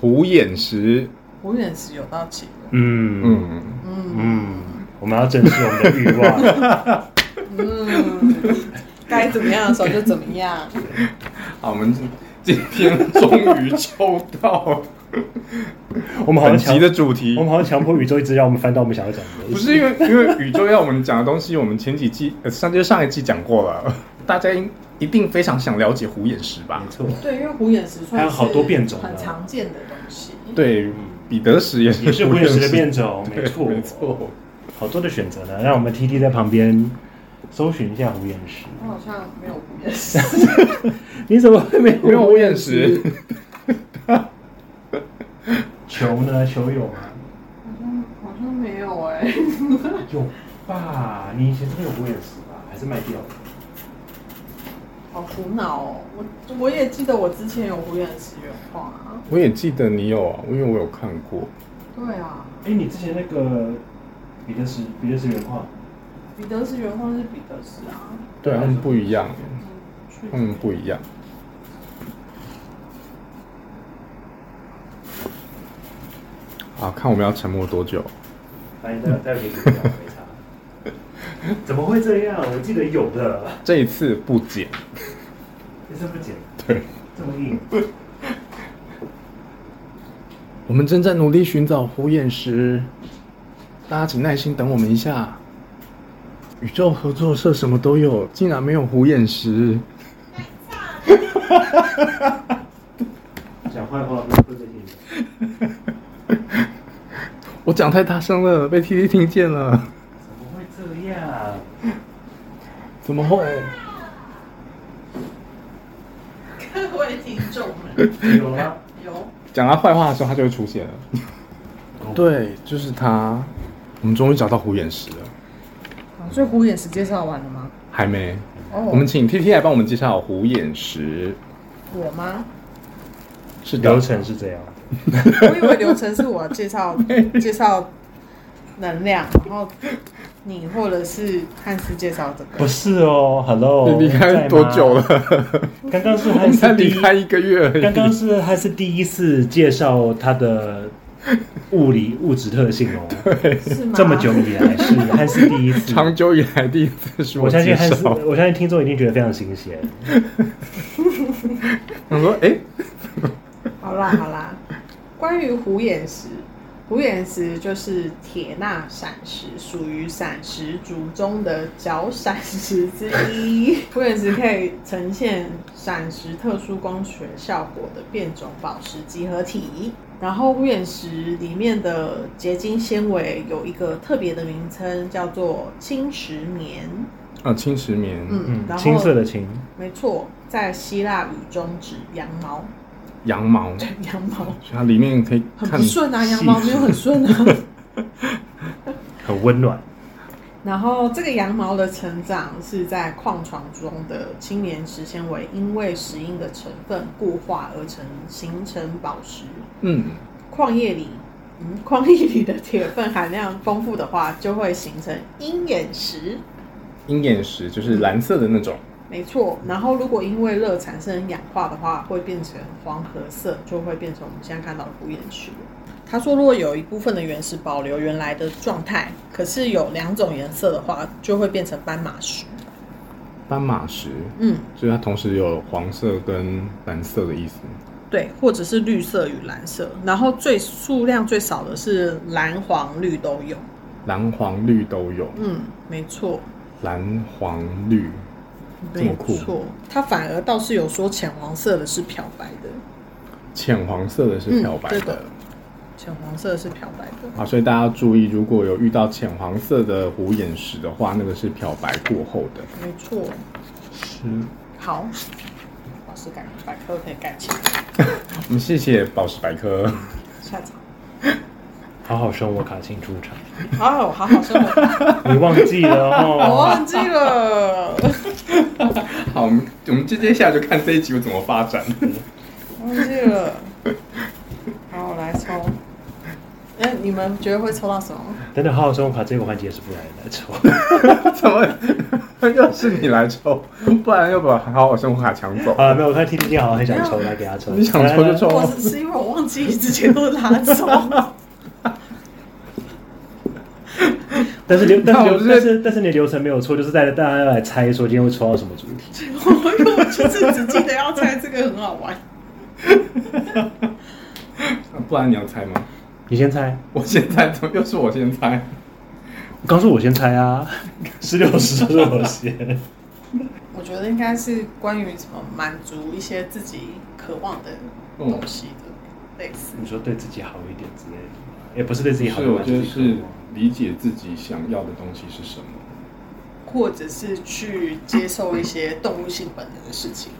Speaker 2: 虎？眼石，
Speaker 1: 虎眼石。
Speaker 2: 虎眼石有到齐了。
Speaker 3: 嗯嗯
Speaker 1: 嗯，
Speaker 3: 嗯，我们要正视我们的欲 [LAUGHS] 望。
Speaker 2: 嗯，该怎么样的时候就怎么样。
Speaker 1: 好，我们今天终于抽到
Speaker 3: 我们
Speaker 1: [LAUGHS]
Speaker 3: 好
Speaker 1: 本
Speaker 3: 像
Speaker 1: 集
Speaker 3: 强
Speaker 1: 的主题
Speaker 3: 我。们好像强迫宇宙一直让我们翻到我们想要讲的。
Speaker 1: 不是因为因为宇宙要我们讲的东西，我们前几季呃上就是上一季讲过了，大家应一定非常想了解虎眼石吧
Speaker 3: 没？错，
Speaker 2: 对，因为虎眼石
Speaker 3: 还有好多变种啊
Speaker 2: 很常见的东西。
Speaker 1: 对，彼得石也
Speaker 3: 也
Speaker 1: 是
Speaker 3: 是无眼石 [LAUGHS] 的变种，没错，
Speaker 1: 没错。
Speaker 3: 好多的选择呢。让我们 T T 在旁边搜寻一下无眼石。
Speaker 2: 我好像没有虎眼石， [LAUGHS]
Speaker 3: 你怎么会没有
Speaker 1: 没有虎眼石？
Speaker 3: 球呢？球有吗？
Speaker 2: 好像好像没有哎、
Speaker 3: 有吧？你以前真的有无眼石吧？还是卖掉了？
Speaker 2: 好苦恼哦。我我也记得我之前有虎眼石原画啊。
Speaker 1: 我也记得你有啊，因为我有看过。
Speaker 2: 对啊，
Speaker 3: 哎，你之前那个彼得石，彼得石原画，
Speaker 2: 彼得石原画是彼得石啊。
Speaker 1: 对啊，他们不一样，他
Speaker 2: 嗯，
Speaker 1: 们不一样。啊，看我们要沉默多久？
Speaker 3: 反 [LAUGHS] 正待待会可以剪掉，没差。怎么会这样？我记得有的，
Speaker 1: 这一次不剪，
Speaker 3: 你这么剪，
Speaker 1: 对，
Speaker 3: 这么硬。
Speaker 1: 我们正在努力寻找虎眼石，大家请耐心等我们一下。宇宙合作社什么都有，竟然没有虎眼石，
Speaker 3: 讲坏话不会被听见。
Speaker 1: 我讲太大声了，被 T T 听见了，
Speaker 3: 怎么会这样？
Speaker 1: 怎么会？
Speaker 2: 各位听众们，
Speaker 3: [LAUGHS] 有吗？
Speaker 2: 有
Speaker 1: 讲他坏话的时候，他就会出现了。 [LAUGHS] 对，就是他。我们终于找到虎眼石了，
Speaker 2: 好，所以虎眼石介绍完了吗？
Speaker 1: 还没。
Speaker 2: 哦
Speaker 1: 我们请 T T 来帮我们介绍虎眼石。
Speaker 2: 我吗？
Speaker 1: 是的
Speaker 3: 流程是这样，
Speaker 2: 我以为流程是我介绍介绍能量，然后你或者是汉斯介绍这
Speaker 3: 不
Speaker 2: 个。
Speaker 3: 是哦，Hello，
Speaker 1: 你离开多久了？？
Speaker 3: 刚刚是
Speaker 1: 我
Speaker 3: 还
Speaker 1: 们才
Speaker 3: 是第
Speaker 1: [LAUGHS] 离
Speaker 3: 一，
Speaker 1: 开一个月而已。
Speaker 3: 刚刚是还是第一次介绍它的物理物质特性哦。
Speaker 2: 是吗？
Speaker 3: 这么久以来
Speaker 1: [LAUGHS]
Speaker 3: 是还是第一次，
Speaker 1: 长久以来第一次是
Speaker 3: 我相
Speaker 1: 介
Speaker 3: 信还是
Speaker 1: 绍。
Speaker 3: 我相信听众一定觉得非常新鲜。
Speaker 1: 我
Speaker 2: 嗯
Speaker 1: 说，哎、
Speaker 2: 好啦好啦，关于虎眼石，虎眼石就是铁钠闪石，属于闪石族中的角闪石之一。虎眼石可以呈现闪石特殊光学效果的变种宝石集合体。然后虎眼石里面的结晶纤维有一个特别的名称，叫做青石棉。
Speaker 1: 啊，青石棉，
Speaker 2: 嗯
Speaker 3: 嗯，
Speaker 2: 然后
Speaker 3: 青色的青，
Speaker 2: 没错，在希腊语中指羊毛， [LAUGHS]
Speaker 1: 羊毛，所
Speaker 2: 羊毛
Speaker 1: 以它里面可以
Speaker 2: 很
Speaker 1: 看
Speaker 2: 不顺啊，羊毛没有很顺啊。
Speaker 3: 很温暖。
Speaker 2: 然后这个羊毛的成长是在矿床中的青莲石纤维，因为石英的成分固化而成，形成宝石。
Speaker 1: 嗯，
Speaker 2: 矿液里，嗯，矿液里的铁分含量丰富的话，就会形成鹰眼石。
Speaker 1: 鹰眼石就是蓝色的那种，
Speaker 2: 没错，然后如果因为热产生氧化的话，会变成黄褐色，就会变成我们现在看到的虎眼石。他说，如果有一部分的原石保留原来的状态，可是有两种颜色的话，就会变成斑马石。
Speaker 1: 斑马石，
Speaker 2: 嗯，
Speaker 1: 所以它同时有黄色跟蓝色的意思。
Speaker 2: 对，或者是绿色与蓝色，然后最数量最少的是蓝、黄、绿都有。
Speaker 1: 蓝黄绿都有，
Speaker 2: 嗯，没错，
Speaker 1: 蓝黄绿，这么
Speaker 2: 没
Speaker 1: 酷
Speaker 2: 错。它反而倒是有说浅黄色的是漂白的，
Speaker 1: 浅黄色的是漂白
Speaker 2: 嗯对
Speaker 1: 的
Speaker 2: 的、浅黄色是漂白的。
Speaker 1: 啊，所以大家要注意，如果有遇到浅黄色的虎眼石的话，那个是漂白过后的。
Speaker 2: 没错，
Speaker 1: 是，
Speaker 2: 好，老师改百科可以盖起来，
Speaker 1: 我们谢谢宝石百
Speaker 2: [LAUGHS]
Speaker 1: 科。
Speaker 2: 下场。
Speaker 3: 好好生活卡进出 [LAUGHS] 场，
Speaker 2: 哦，好好生活， [LAUGHS]
Speaker 3: 你忘记了
Speaker 2: 我
Speaker 3: 哦。
Speaker 2: 忘记了。
Speaker 1: 好，我们我们接接下来就看这一集有怎么发展。
Speaker 2: 忘记了。好，我来抽。哎、你们觉得会抽到什么？
Speaker 3: 等等，好好生活卡这个环节是不然人来抽，
Speaker 1: 怎么又是你来抽？不然又把好好生活卡抢走。
Speaker 3: 啊，没有，我看 T T 今好像很想抽，来给他抽，
Speaker 1: 你想抽就抽
Speaker 2: 我只是因为我忘记之前都是他抽。
Speaker 3: 但是流，但是
Speaker 1: 那我
Speaker 3: 流，
Speaker 1: 是
Speaker 3: 但是但是你的流程没有错，就是在大家要来猜说今天会抽到什么主题。
Speaker 2: 我因为我就是只记得要猜这个很好玩。
Speaker 1: 不然你要猜吗？
Speaker 3: 你先猜，
Speaker 1: 我先猜，怎么又是我先猜？
Speaker 3: 刚说我先猜啊，十六十是我先。
Speaker 2: 我觉得应该是关于什么满足一些自己渴望的东西的，类似。
Speaker 3: 你说对自己好一点之类的，也不是对啊自己好，
Speaker 1: 是，我觉得
Speaker 3: 满足自己
Speaker 1: 是
Speaker 3: 的渴望
Speaker 1: 理解自己想要的东西是
Speaker 3: [LAUGHS]
Speaker 1: 什么。
Speaker 2: 或者是去接受一些动物性本能的事情，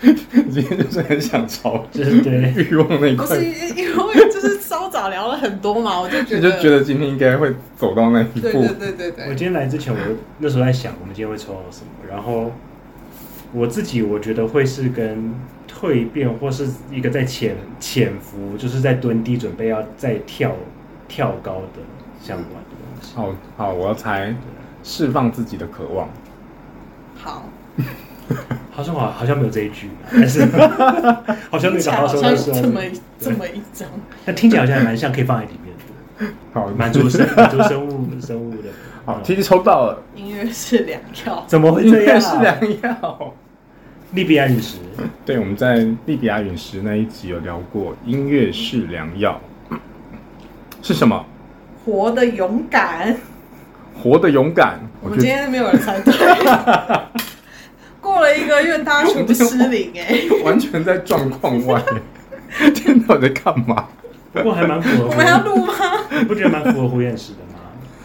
Speaker 1: 你今天就是很想朝
Speaker 3: [LAUGHS] 就是对。
Speaker 1: 欲望那一
Speaker 2: 不
Speaker 1: 块，
Speaker 2: 是
Speaker 3: 哦
Speaker 2: 因为就是稍早聊了很多嘛，我就觉
Speaker 1: 你
Speaker 2: 得
Speaker 1: 就觉得今天应该会走到那一步。
Speaker 2: 对对对对
Speaker 3: 我
Speaker 2: 对，
Speaker 3: 今天来之前，我那时候在想我们今天会抽到什么，然后我自己我觉得会是跟蜕变或是一个在潜潜伏，就是在蹲低准备要再跳跳高的相关的东西。
Speaker 1: 好好，我要猜释放自己的渴望。
Speaker 2: 好，
Speaker 3: 好像好好像没有这一句，但是好
Speaker 2: 听
Speaker 3: 像那
Speaker 2: 起
Speaker 3: 个
Speaker 2: 来
Speaker 3: 好
Speaker 2: 好
Speaker 3: 像
Speaker 2: 像
Speaker 3: 没
Speaker 2: 有这么一这
Speaker 3: 对
Speaker 2: 么一张，
Speaker 3: 但听起来好像还蛮像可以放在里面的，
Speaker 1: 好，
Speaker 3: 满足生满足生物生物的。
Speaker 1: 好，
Speaker 3: 嗯
Speaker 1: 其实抽到了，
Speaker 2: 音乐是良药，
Speaker 3: 怎么会
Speaker 1: 应
Speaker 3: 这
Speaker 1: 该
Speaker 3: 样？啊
Speaker 1: 是良药。
Speaker 3: 利比亚陨石，
Speaker 1: 对，我们在利比亚陨石那一集有聊过，音乐是良药，是什么？
Speaker 2: 活的勇敢。
Speaker 1: 活的勇敢。我
Speaker 2: 我们今
Speaker 1: 觉
Speaker 2: 天没有人猜对，过了一个月，大家全部失灵哎、
Speaker 1: 得完全在状况外， [LAUGHS] 天到底在干嘛？
Speaker 3: 不过还蛮符合
Speaker 2: 我
Speaker 3: 胡
Speaker 2: 们要
Speaker 3: 彦，
Speaker 2: 录吗？
Speaker 3: 你不觉得蛮符合胡彦石的吗？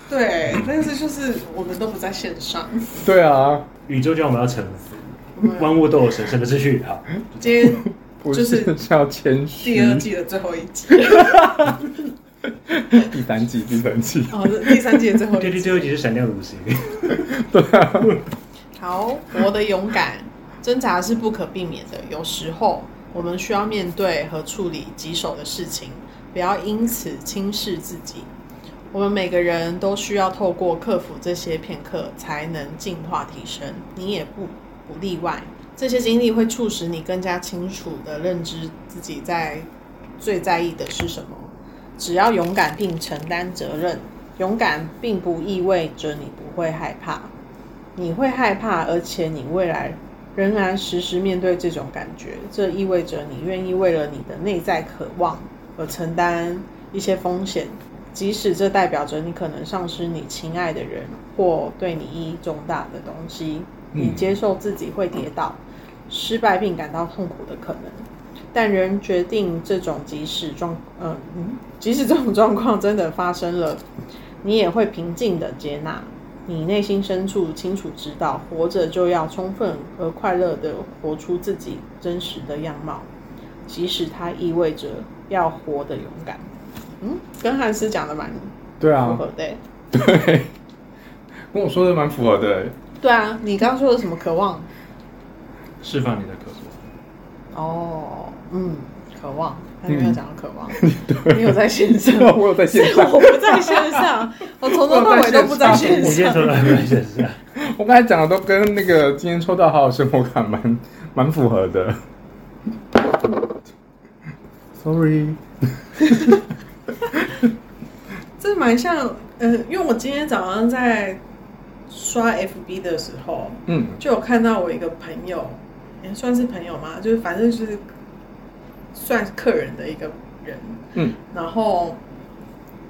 Speaker 2: 对，但是就是我们都不在线上。
Speaker 1: 对啊，
Speaker 3: 宇宙叫我们要臣服，
Speaker 2: 嗯
Speaker 3: 万物都有神圣的秩序。好，
Speaker 2: 今天
Speaker 1: 不
Speaker 2: 就是
Speaker 1: 是要谦虚。
Speaker 2: 第二季的最后一集，
Speaker 1: 第三季，第三季。
Speaker 2: 哦，第三季的最后
Speaker 3: 对
Speaker 2: 一
Speaker 3: 对，
Speaker 2: 集。
Speaker 3: 最后一集是闪亮如星，
Speaker 2: 好，活的勇敢，挣扎是不可避免的。有时候我们需要面对和处理棘手的事情，不要因此轻视自己。我们每个人都需要透过克服这些片刻，才能进化提升。你也不不例外。这些经历会促使你更加清楚地认知自己在最在意的是什么。只要勇敢并承担责任，勇敢并不意味着你不会害怕，你会害怕，而且你未来仍然时时面对这种感觉，这意味着你愿意为了你的内在渴望而承担一些风险，即使这代表着你可能丧失你亲爱的人或对你意义重大的东西。
Speaker 1: 嗯
Speaker 2: 你接受自己会跌倒、失败并感到痛苦的可能，但仍决定这种即使状，呃嗯，即使这种状况真的发生了，你也会平静的接纳。你内心深处清楚知道，活着就要充分而快乐的活出自己真实的样貌，即使它意味着要活得勇敢。嗯，跟汉斯讲的蛮
Speaker 1: 对
Speaker 2: 符
Speaker 1: 啊，
Speaker 2: 合的欸、
Speaker 1: 对，跟我说的蛮符合的。欸
Speaker 2: 对啊，你刚刚说的什么渴望？
Speaker 3: 释放你的渴望。
Speaker 2: 哦，嗯，渴望，他
Speaker 1: 嗯
Speaker 2: 没有讲到渴望， [LAUGHS] 你有在线上，
Speaker 1: [LAUGHS] 我有在线上
Speaker 2: 是 [LAUGHS] 哦我不在线上，我从头到尾都不在线
Speaker 3: 我今
Speaker 2: 上
Speaker 3: 天抽。到很显示啊，
Speaker 1: 我刚才讲的都跟那个今天抽到好好生活卡蛮蛮符合的。Sorry，
Speaker 2: 这蛮像，嗯、因为我今天早上在刷 FB 的时候，
Speaker 1: 嗯，
Speaker 2: 就有看到我一个朋友，也算是朋友嘛，就是反正就是算客人的一个人，
Speaker 1: 嗯，
Speaker 2: 然后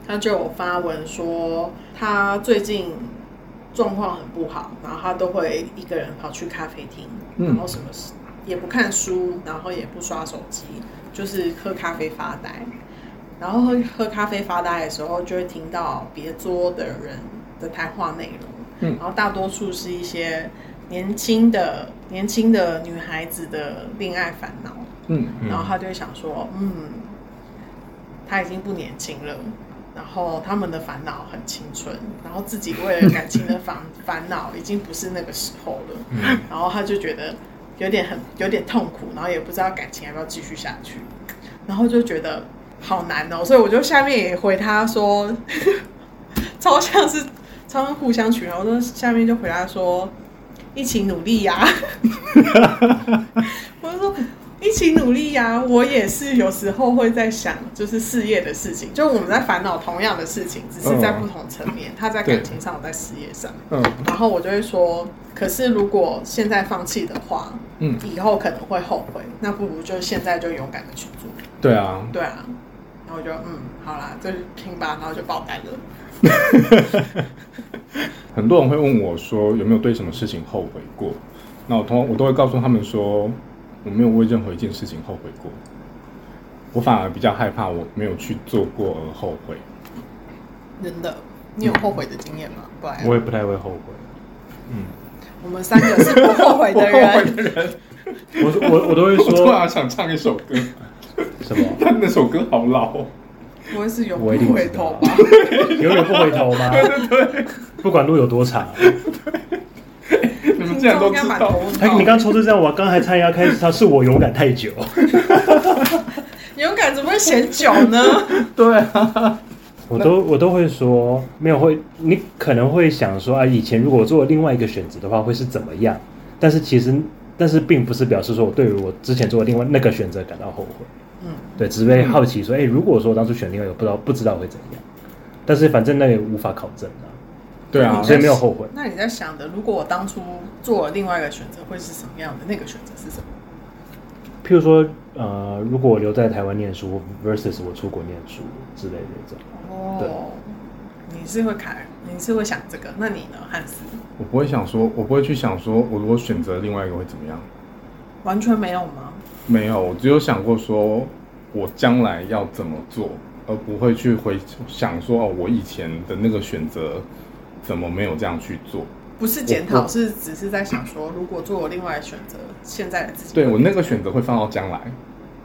Speaker 2: 他就有发文说他最近状况很不好，然后他都会一个人跑去咖啡厅，
Speaker 1: 嗯
Speaker 2: 然后什么事也不看书，然后也不刷手机，就是喝咖啡发呆。然后喝喝咖啡发呆的时候，就会听到别桌的人的谈话内容，
Speaker 1: 嗯
Speaker 2: 然后大多数是一些年轻的年轻的女孩子的恋爱烦恼，
Speaker 1: 嗯
Speaker 2: 然后
Speaker 4: 嗯
Speaker 2: 他就会想说，嗯，他已经不年轻了，然后他们的烦恼很青春，然后自己为了感情的烦 [LAUGHS] 烦恼已经不是那个时候了，
Speaker 4: 嗯
Speaker 2: 然后他就觉得有点很有点痛苦，然后也不知道感情要不要继续下去，然后就觉得好难哦，所以我就下面也回他说，超像是超像互相取暖，我就下面就回答说，一起努力呀、 [LAUGHS] 我就说一起努力呀、我也是有时候会在想，就是事业的事情，就我们在烦恼同样的事情，只是在不同层面，他在感情上，我在事业上。
Speaker 1: 嗯
Speaker 2: 然后我就会说，可是如果现在放弃的话，
Speaker 1: 嗯，
Speaker 2: 以后可能会后悔，那不如就现在就勇敢的去做。
Speaker 1: 对啊，
Speaker 2: 对啊，然后我就嗯，好啦，就是拼吧，然后就爆单了。
Speaker 1: 很多人会问我说有没有对什么事情后悔过，那我通我都会告诉他们说我没有为任何一件事情后悔过，我反而比较害怕我没有去做过而后悔。
Speaker 2: 真的，你有后悔的经验吗？
Speaker 1: 嗯
Speaker 2: 不然
Speaker 3: 我也不太会后悔。
Speaker 2: 我们三个是不后悔的
Speaker 1: 我后悔
Speaker 2: 人。
Speaker 1: 的人，
Speaker 3: 我我我都会
Speaker 1: 我突
Speaker 3: 说
Speaker 1: 然想唱一首歌，
Speaker 3: 什么？
Speaker 1: 但那首歌好老、哦。
Speaker 2: 不会是有
Speaker 3: 我一定
Speaker 2: 不回
Speaker 3: 知道
Speaker 2: 头吧？
Speaker 3: 永远不回头吗？对对不管路有多长。
Speaker 1: 你们竟然都知
Speaker 2: 听众应该蛮
Speaker 1: 道
Speaker 2: 头？疼哦
Speaker 3: 哎，你刚抽出这样，我刚还差点要开始唱，是我勇敢太久。
Speaker 2: 勇敢怎么会嫌久呢？ [LAUGHS]
Speaker 1: 对啊，
Speaker 3: 我都我都会说，没有会，你可能会想说啊，以前如果我做了另外一个选择的话，会是怎么样？但是其实，但是并不是表示说我对于我之前做的另外那个选择感到后悔。
Speaker 2: 嗯，
Speaker 3: 对，只是会好奇说，哎、如果说我当初选另外一个，不知道不知道会怎样，但是反正那也无法考证啊，
Speaker 1: 对啊，
Speaker 3: 所以没有后悔。
Speaker 2: 那你在想的，如果我当初做了另外一个选择，会是什么样的？那个选择是什么？
Speaker 3: 譬如说，呃，如果我留在台湾念书 versus 我出国念书之类的这种，
Speaker 2: 哦，你是会看，你是会想这个？那你呢，汉斯？
Speaker 1: 我不会想说，我不会去想说，我如果选择另外一个会怎么样？
Speaker 2: 完全没有吗？
Speaker 1: 没有，我只有想过说我将来要怎么做，而不会去回想说哦，我以前的那个选择怎么没有这样去做？
Speaker 2: 不是检讨，
Speaker 1: 我
Speaker 2: 是只是在想说，如果做我另外的选择，现在的自己
Speaker 1: 对我那个选择会放到将来，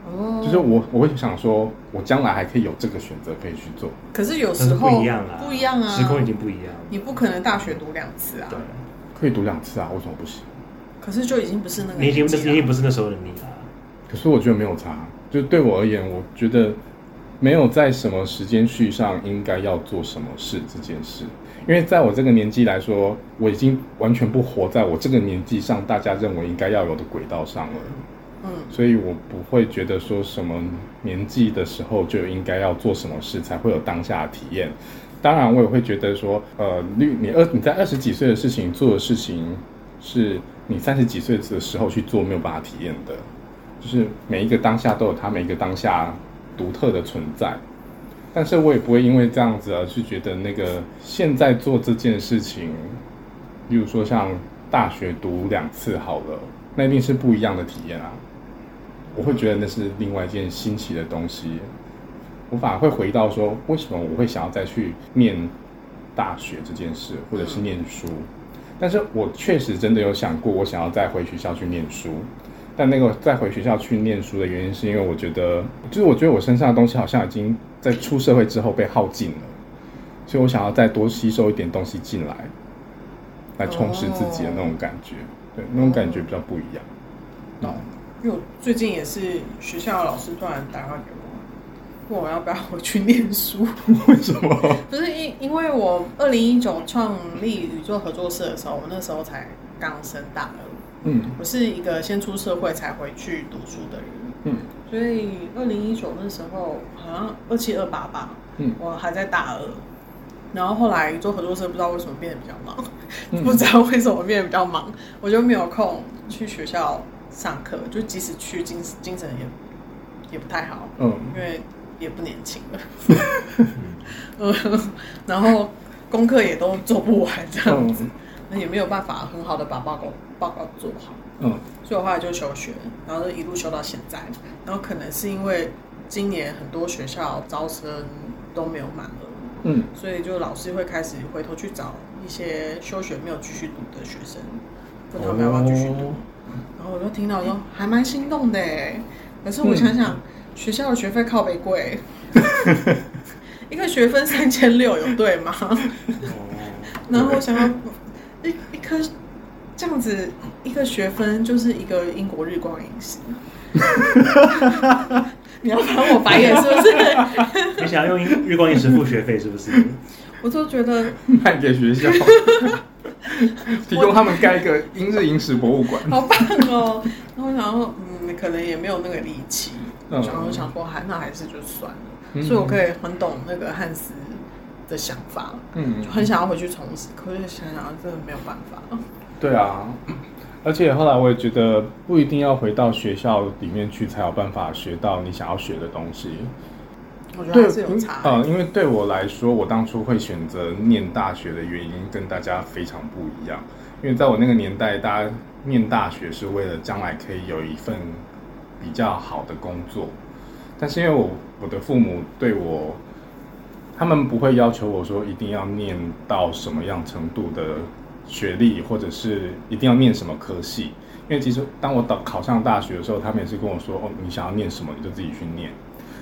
Speaker 2: 哦，
Speaker 1: 就是我我会想说，我将来还可以有这个选择可以去做。
Speaker 2: 可是有
Speaker 3: 但
Speaker 2: 时
Speaker 3: 是
Speaker 2: 候
Speaker 3: 不一样啊，
Speaker 2: 不一样啊，
Speaker 3: 时空已经不一样了。
Speaker 2: 你不可能大学读两次啊
Speaker 3: 对，，
Speaker 1: 可以读两次啊，为什么不行？
Speaker 2: 可是就已经不是那个
Speaker 3: 你已经
Speaker 2: 年
Speaker 3: 不
Speaker 2: 纪
Speaker 3: 是你已经
Speaker 2: 了。
Speaker 3: 不是那时候的你啊了、
Speaker 1: 可是我觉得没有差，就对我而言，我觉得没有在什么时间序上应该要做什么事这件事，因为在我这个年纪来说，我已经完全不活在我这个年纪上大家认为应该要有的轨道上了，
Speaker 2: 嗯，
Speaker 1: 所以我不会觉得说什么年纪的时候就应该要做什么事才会有当下的体验。当然，我也会觉得说，呃，你你二你在二十几岁的事情做的事情，是你三十几岁的时候去做没有办法体验的。就是每一个当下都有它每一个当下独特的存在。但是我也不会因为这样子而去觉得那个现在做这件事情，例如说像大学读两次好了，那一定是不一样的体验啊。我会觉得那是另外一件新奇的东西。我反而会回到说，为什么我会想要再去念大学这件事，或者是念书？但是我确实真的有想过，我想要再回学校去念书。但那个再回学校去念书的原因，是因为我觉得，就是我觉得我身上的东西好像已经在出社会之后被耗尽了，所以我想要再多吸收一点东西进来，来充实自己的那种感觉。对，那种感觉比较不一样。
Speaker 2: 懂。因为我最近也是学校的老师突然打电话给我，问我要不要回去念
Speaker 3: [LAUGHS]
Speaker 2: 书。
Speaker 1: 为什么？
Speaker 2: 不是因因为我二零一九创立宇宙合作社的时候，我那时候才刚升大二，
Speaker 1: 嗯
Speaker 2: 我是一个先出社会才回去读书的人，
Speaker 1: 嗯
Speaker 2: 所以二零一九那时候好像二七二八吧，
Speaker 1: 嗯
Speaker 2: 我还在大二。然后后来宇宙合作社不知道为什么变得比较忙，
Speaker 1: 嗯
Speaker 2: [LAUGHS] 不知道为什么变得比较忙，我就没有空去学校上课，就即使去精精神也也不太好，
Speaker 1: 嗯
Speaker 2: 因为也不年轻了，嗯， [LAUGHS] 然后功课也都做不完这
Speaker 1: 嗯
Speaker 2: 样子，那也没有办法很好的把报告报告做好，
Speaker 1: 嗯
Speaker 2: 所以我后来就休学，然后就一路休到现在。然后可能是因为今年很多学校招生都没有满额，
Speaker 1: 嗯
Speaker 2: 所以就老师会开始回头去找一些休学没有继续读的学生，问他们要不要继续
Speaker 3: 哦
Speaker 2: 读。然后我就听到说还蛮心动的欸，可是我想想，学校的学费靠北贵，一个学分三千六，有对吗？ [LAUGHS]
Speaker 3: 哦，
Speaker 2: 然后我想要一一颗这样子一个学分就是一个英国日光饮食。 [LAUGHS] 你要翻我白眼是不是？
Speaker 3: 你想要用日光饮食付学费是不 [LAUGHS] 是？
Speaker 2: 我就觉得
Speaker 1: 卖给学校，提供他们盖一个英日饮食博物
Speaker 2: [LAUGHS]
Speaker 1: 馆。
Speaker 2: 好棒哦。然后我想说，嗯，可能也没有那个力气，
Speaker 1: 嗯
Speaker 2: 然后想说，还那还是就算了。
Speaker 1: 嗯
Speaker 2: 所以我可以很懂那个汉斯的想法，
Speaker 1: 嗯
Speaker 2: 就很想要回去重拾，可是想想真的没有办法。
Speaker 1: 对啊，而且后来我也觉得不一定要回到学校里面去才有办法学到你想要学的东西。
Speaker 2: 我觉得
Speaker 1: 对，
Speaker 2: 还是有
Speaker 1: 因
Speaker 2: 差。
Speaker 1: 呃，因为对我来说，我当初会选择念大学的原因跟大家非常不一样。因为在我那个年代，大家念大学是为了将来可以有一份比较好的工作，但是因为我我的父母对我，他们不会要求我说一定要念到什么样程度的学历，或者是一定要念什么科系。因为其实当我考考上大学的时候，他们也是跟我说：“哦，你想要念什么你就自己去念。”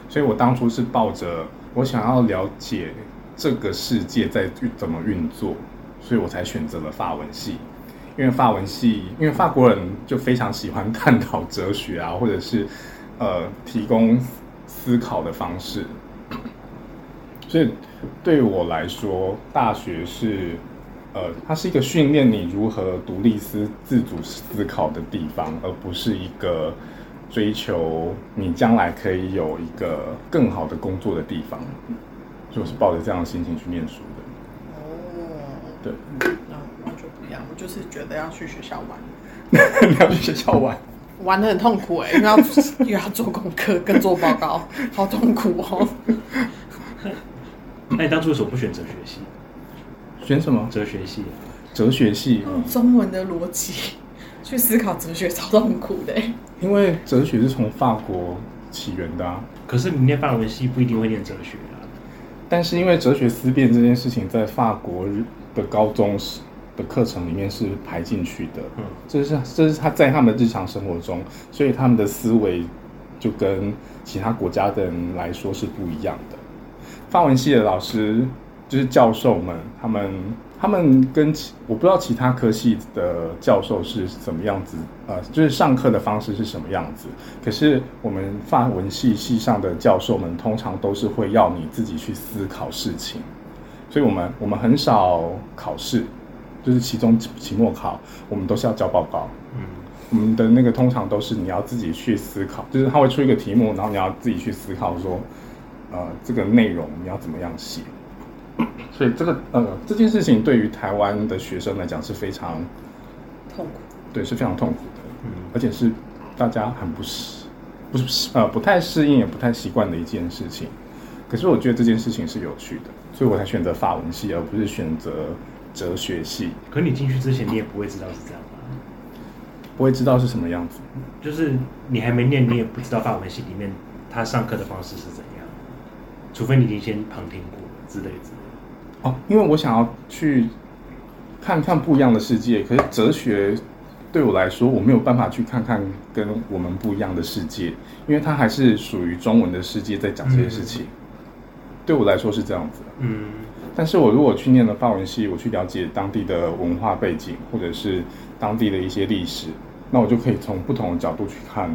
Speaker 1: 所以我当初是抱着我想要了解这个世界在运怎么运作，所以我才选择了法文系。因为法文系，因为法国人就非常喜欢探讨哲学啊，或者是呃提供思考的方式，所以对我来说，大学是呃，它是一个训练你如何独立思自主思考的地方，而不是一个追求你将来可以有一个更好的工作的地方。就是抱着这样的心情去念书的。
Speaker 2: 哦，
Speaker 1: 对，
Speaker 2: 那我就不一样，我就是觉得要去学校玩，
Speaker 1: [LAUGHS] 你要去学校玩，
Speaker 2: 玩的很痛苦哎、因为要 [LAUGHS] 又要做功课跟做报告，好痛苦哦。
Speaker 3: 那你当初为什么不选哲学系？
Speaker 1: 选什么
Speaker 3: 哲学系啊
Speaker 1: 哲学系？
Speaker 2: 用中文的逻辑去思考哲学，超痛苦的、欸。
Speaker 1: 因为哲学是从法国起源的、啊，
Speaker 3: 可是你念法文系不一定会念哲学啊。
Speaker 1: 但是因为哲学思辨这件事情在法国的高中是的课程里面是排进去的，
Speaker 3: 嗯
Speaker 1: 这是这是他在他们的日常生活中，所以他们的思维就跟其他国家的人来说是不一样的。法文系的老师就是教授们，他们他们跟其我不知道其他科系的教授是怎么样子，呃，就是上课的方式是什么样子。可是我们法文系系上的教授们通常都是会要你自己去思考事情，所以我们我们很少考试，就是期中、期末考，我们都是要交报告。
Speaker 3: 嗯，
Speaker 1: 我们的那个通常都是你要自己去思考，就是他会出一个题目，然后你要自己去思考说，呃，这个内容你要怎么样写。所以这个呃这件事情对于台湾的学生来讲是非常
Speaker 2: 痛苦，
Speaker 1: 对是非常痛苦的，
Speaker 3: 嗯
Speaker 1: 而且是大家很不适不是呃不太适应也不太习惯的一件事情。可是我觉得这件事情是有趣的，所以我才选择法文系，而不是选择哲学系。
Speaker 3: 可你进去之前你也不会知道是这样吧？
Speaker 1: 不会知道是什么样子，
Speaker 3: 就是你还没念，你也不知道法文系里面他上课的方式是怎样，除非你已经先旁听过之类之类的。
Speaker 1: 哦，因为我想要去看看不一样的世界，可是哲学对我来说，我没有办法去看看跟我们不一样的世界，因为它还是属于中文的世界在讲这些事情。对我来说是这样子的，
Speaker 3: 嗯，
Speaker 1: 但是我如果去念了法文系，我去了解当地的文化背景，或者是当地的一些历史，那我就可以从不同的角度去看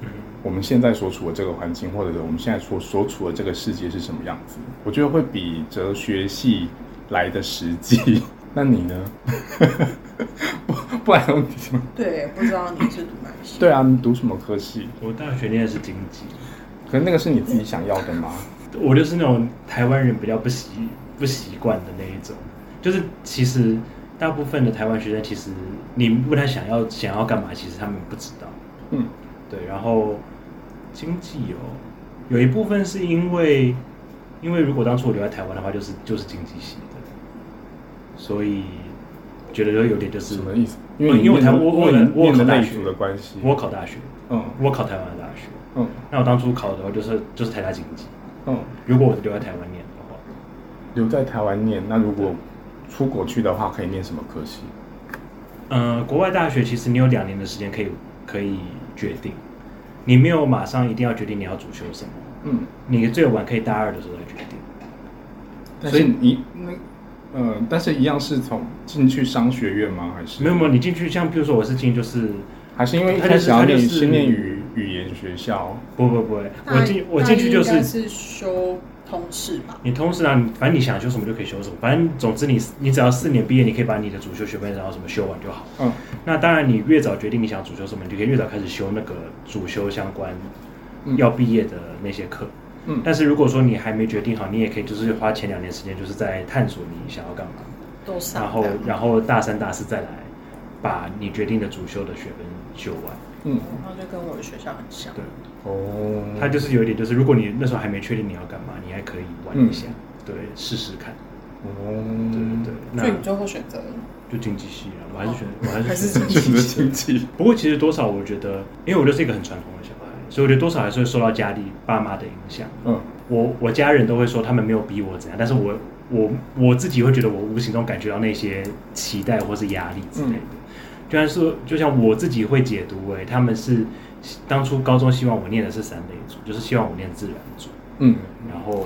Speaker 3: 嗯
Speaker 1: 我们现在所处的这个环境，或者是我们现在所所处的这个世界是什么样子？我觉得会比哲学系来的实际。那你呢？ [LAUGHS] 不不然 [LAUGHS] 你什么？
Speaker 2: 对，不知道你是读哪些。
Speaker 1: 对啊，你读什么科系？
Speaker 3: 我大学念的是经济，
Speaker 1: 可是那个是你自己想要的吗？
Speaker 3: 我就是那种台湾人比较不习不习惯的那一种，就是其实大部分的台湾学生其实你问他想要想要干嘛，其实他们不知道。
Speaker 1: 嗯，
Speaker 3: 对，然后经济哦，有一部分是因为，因为如果当初我留在台湾的话，就是就是经济系的，所以觉得有点就是
Speaker 1: 什么意思？
Speaker 3: 因
Speaker 1: 为
Speaker 3: 为
Speaker 1: 你
Speaker 3: 因为我
Speaker 1: 念
Speaker 3: 台
Speaker 1: 的
Speaker 3: 我
Speaker 1: 因
Speaker 3: 我
Speaker 1: 为
Speaker 3: 有
Speaker 1: 你
Speaker 3: 我
Speaker 1: 念
Speaker 3: 有考
Speaker 1: 的
Speaker 3: 大
Speaker 1: 类
Speaker 3: 学
Speaker 1: 组的关系，
Speaker 3: 我考大学，
Speaker 1: 嗯
Speaker 3: 我考台湾的大学，
Speaker 1: 嗯
Speaker 3: 那我当初考的话就是就是台大经济，
Speaker 1: 嗯，
Speaker 3: 如果我留在台湾念的话，
Speaker 1: 留在台湾念，那如果出国去的话，可以念什么科系？
Speaker 3: 呃，国外大学其实你有两年的时间可以可以决定，你没有马上一定要决定你要主修什么，
Speaker 1: 嗯，
Speaker 3: 你最晚可以大二的时候再决定。
Speaker 1: 但
Speaker 3: 所
Speaker 1: 是
Speaker 3: 以
Speaker 1: 你那呃，但是一样是从进去商学院吗？还是
Speaker 3: 没有没有，你进去像比如说我是进就是
Speaker 1: 还是因为一
Speaker 3: 他
Speaker 1: 开
Speaker 3: 就
Speaker 1: 始
Speaker 3: 是
Speaker 1: 要
Speaker 3: 他就
Speaker 1: 念
Speaker 3: 是
Speaker 1: 先念语语言学校？
Speaker 3: 不不不，我
Speaker 2: 大
Speaker 3: 进
Speaker 2: 一
Speaker 3: 我进去就
Speaker 2: 大一应该
Speaker 3: 是
Speaker 2: 是修通识嘛，
Speaker 3: 你通识啊，你反正你想修什么就可以修什么，反正总之你你只要四年毕业，你可以把你的主修学分然后什么修完就好。
Speaker 1: 嗯
Speaker 3: 那当然，你越早决定你想主修什么，你就可以越早开始修那个主修相关
Speaker 1: 嗯
Speaker 3: 要毕业的那些课。
Speaker 1: 嗯，
Speaker 3: 但是如果说你还没决定好，你也可以就是花前两年时间就是在探索你想要干嘛，
Speaker 2: 都上
Speaker 3: 然后
Speaker 2: 这样
Speaker 3: 然后大三大四再来把你决定的主修的学分修完。
Speaker 1: 嗯
Speaker 2: 然后就跟我的学校很像。
Speaker 3: 对，
Speaker 1: 哦，
Speaker 3: 它就是有一点，就是如果你那时候还没确定你要干嘛，你还可以玩一下，对，试试看，对
Speaker 1: 哦
Speaker 3: 对对。那
Speaker 2: 所以你最后选择
Speaker 3: 就经济系啊，我还是选，我
Speaker 2: [LAUGHS]
Speaker 3: 还
Speaker 2: 还
Speaker 3: 是
Speaker 2: 是
Speaker 3: 选
Speaker 2: 经
Speaker 1: 选
Speaker 2: 济
Speaker 1: 择
Speaker 2: 系
Speaker 1: 经济，
Speaker 3: 不过其实多少我觉得，因为我就是一个很传统的小孩，所以我觉得多少还是会受到家里爸妈的影响。
Speaker 1: 嗯
Speaker 3: 我我家人都会说他们没有逼我怎样，但是我我我自己会觉得我无形中感觉到那些期待或是压力之类的。就像是就像我自己会解读为他们是当初高中希望我念的是三类组，就是希望我念自然组。
Speaker 1: 嗯
Speaker 3: 然后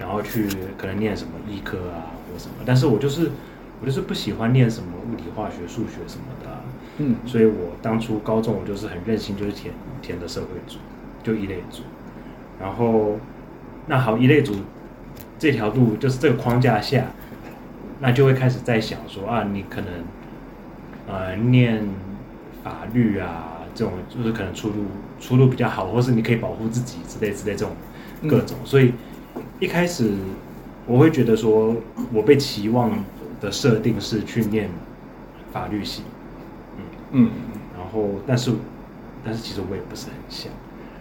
Speaker 3: 然后去可能念什么医科啊或什么，但是我就是我就是不喜欢念什么物理、化学、数学什么的啊、
Speaker 1: 嗯
Speaker 3: 所以我当初高中我就是很任性，就是填填的社会组，就一类组，然后那好一类组这条路就是这个框架下，那就会开始在想说啊，你可能呃念法律啊这种，就是可能出路出路比较好，或是你可以保护自己之类之类这种各种，所以一开始我会觉得说我被期望的设定是去念法律系，
Speaker 1: 嗯
Speaker 3: 然后但是但是其实我也不是很想，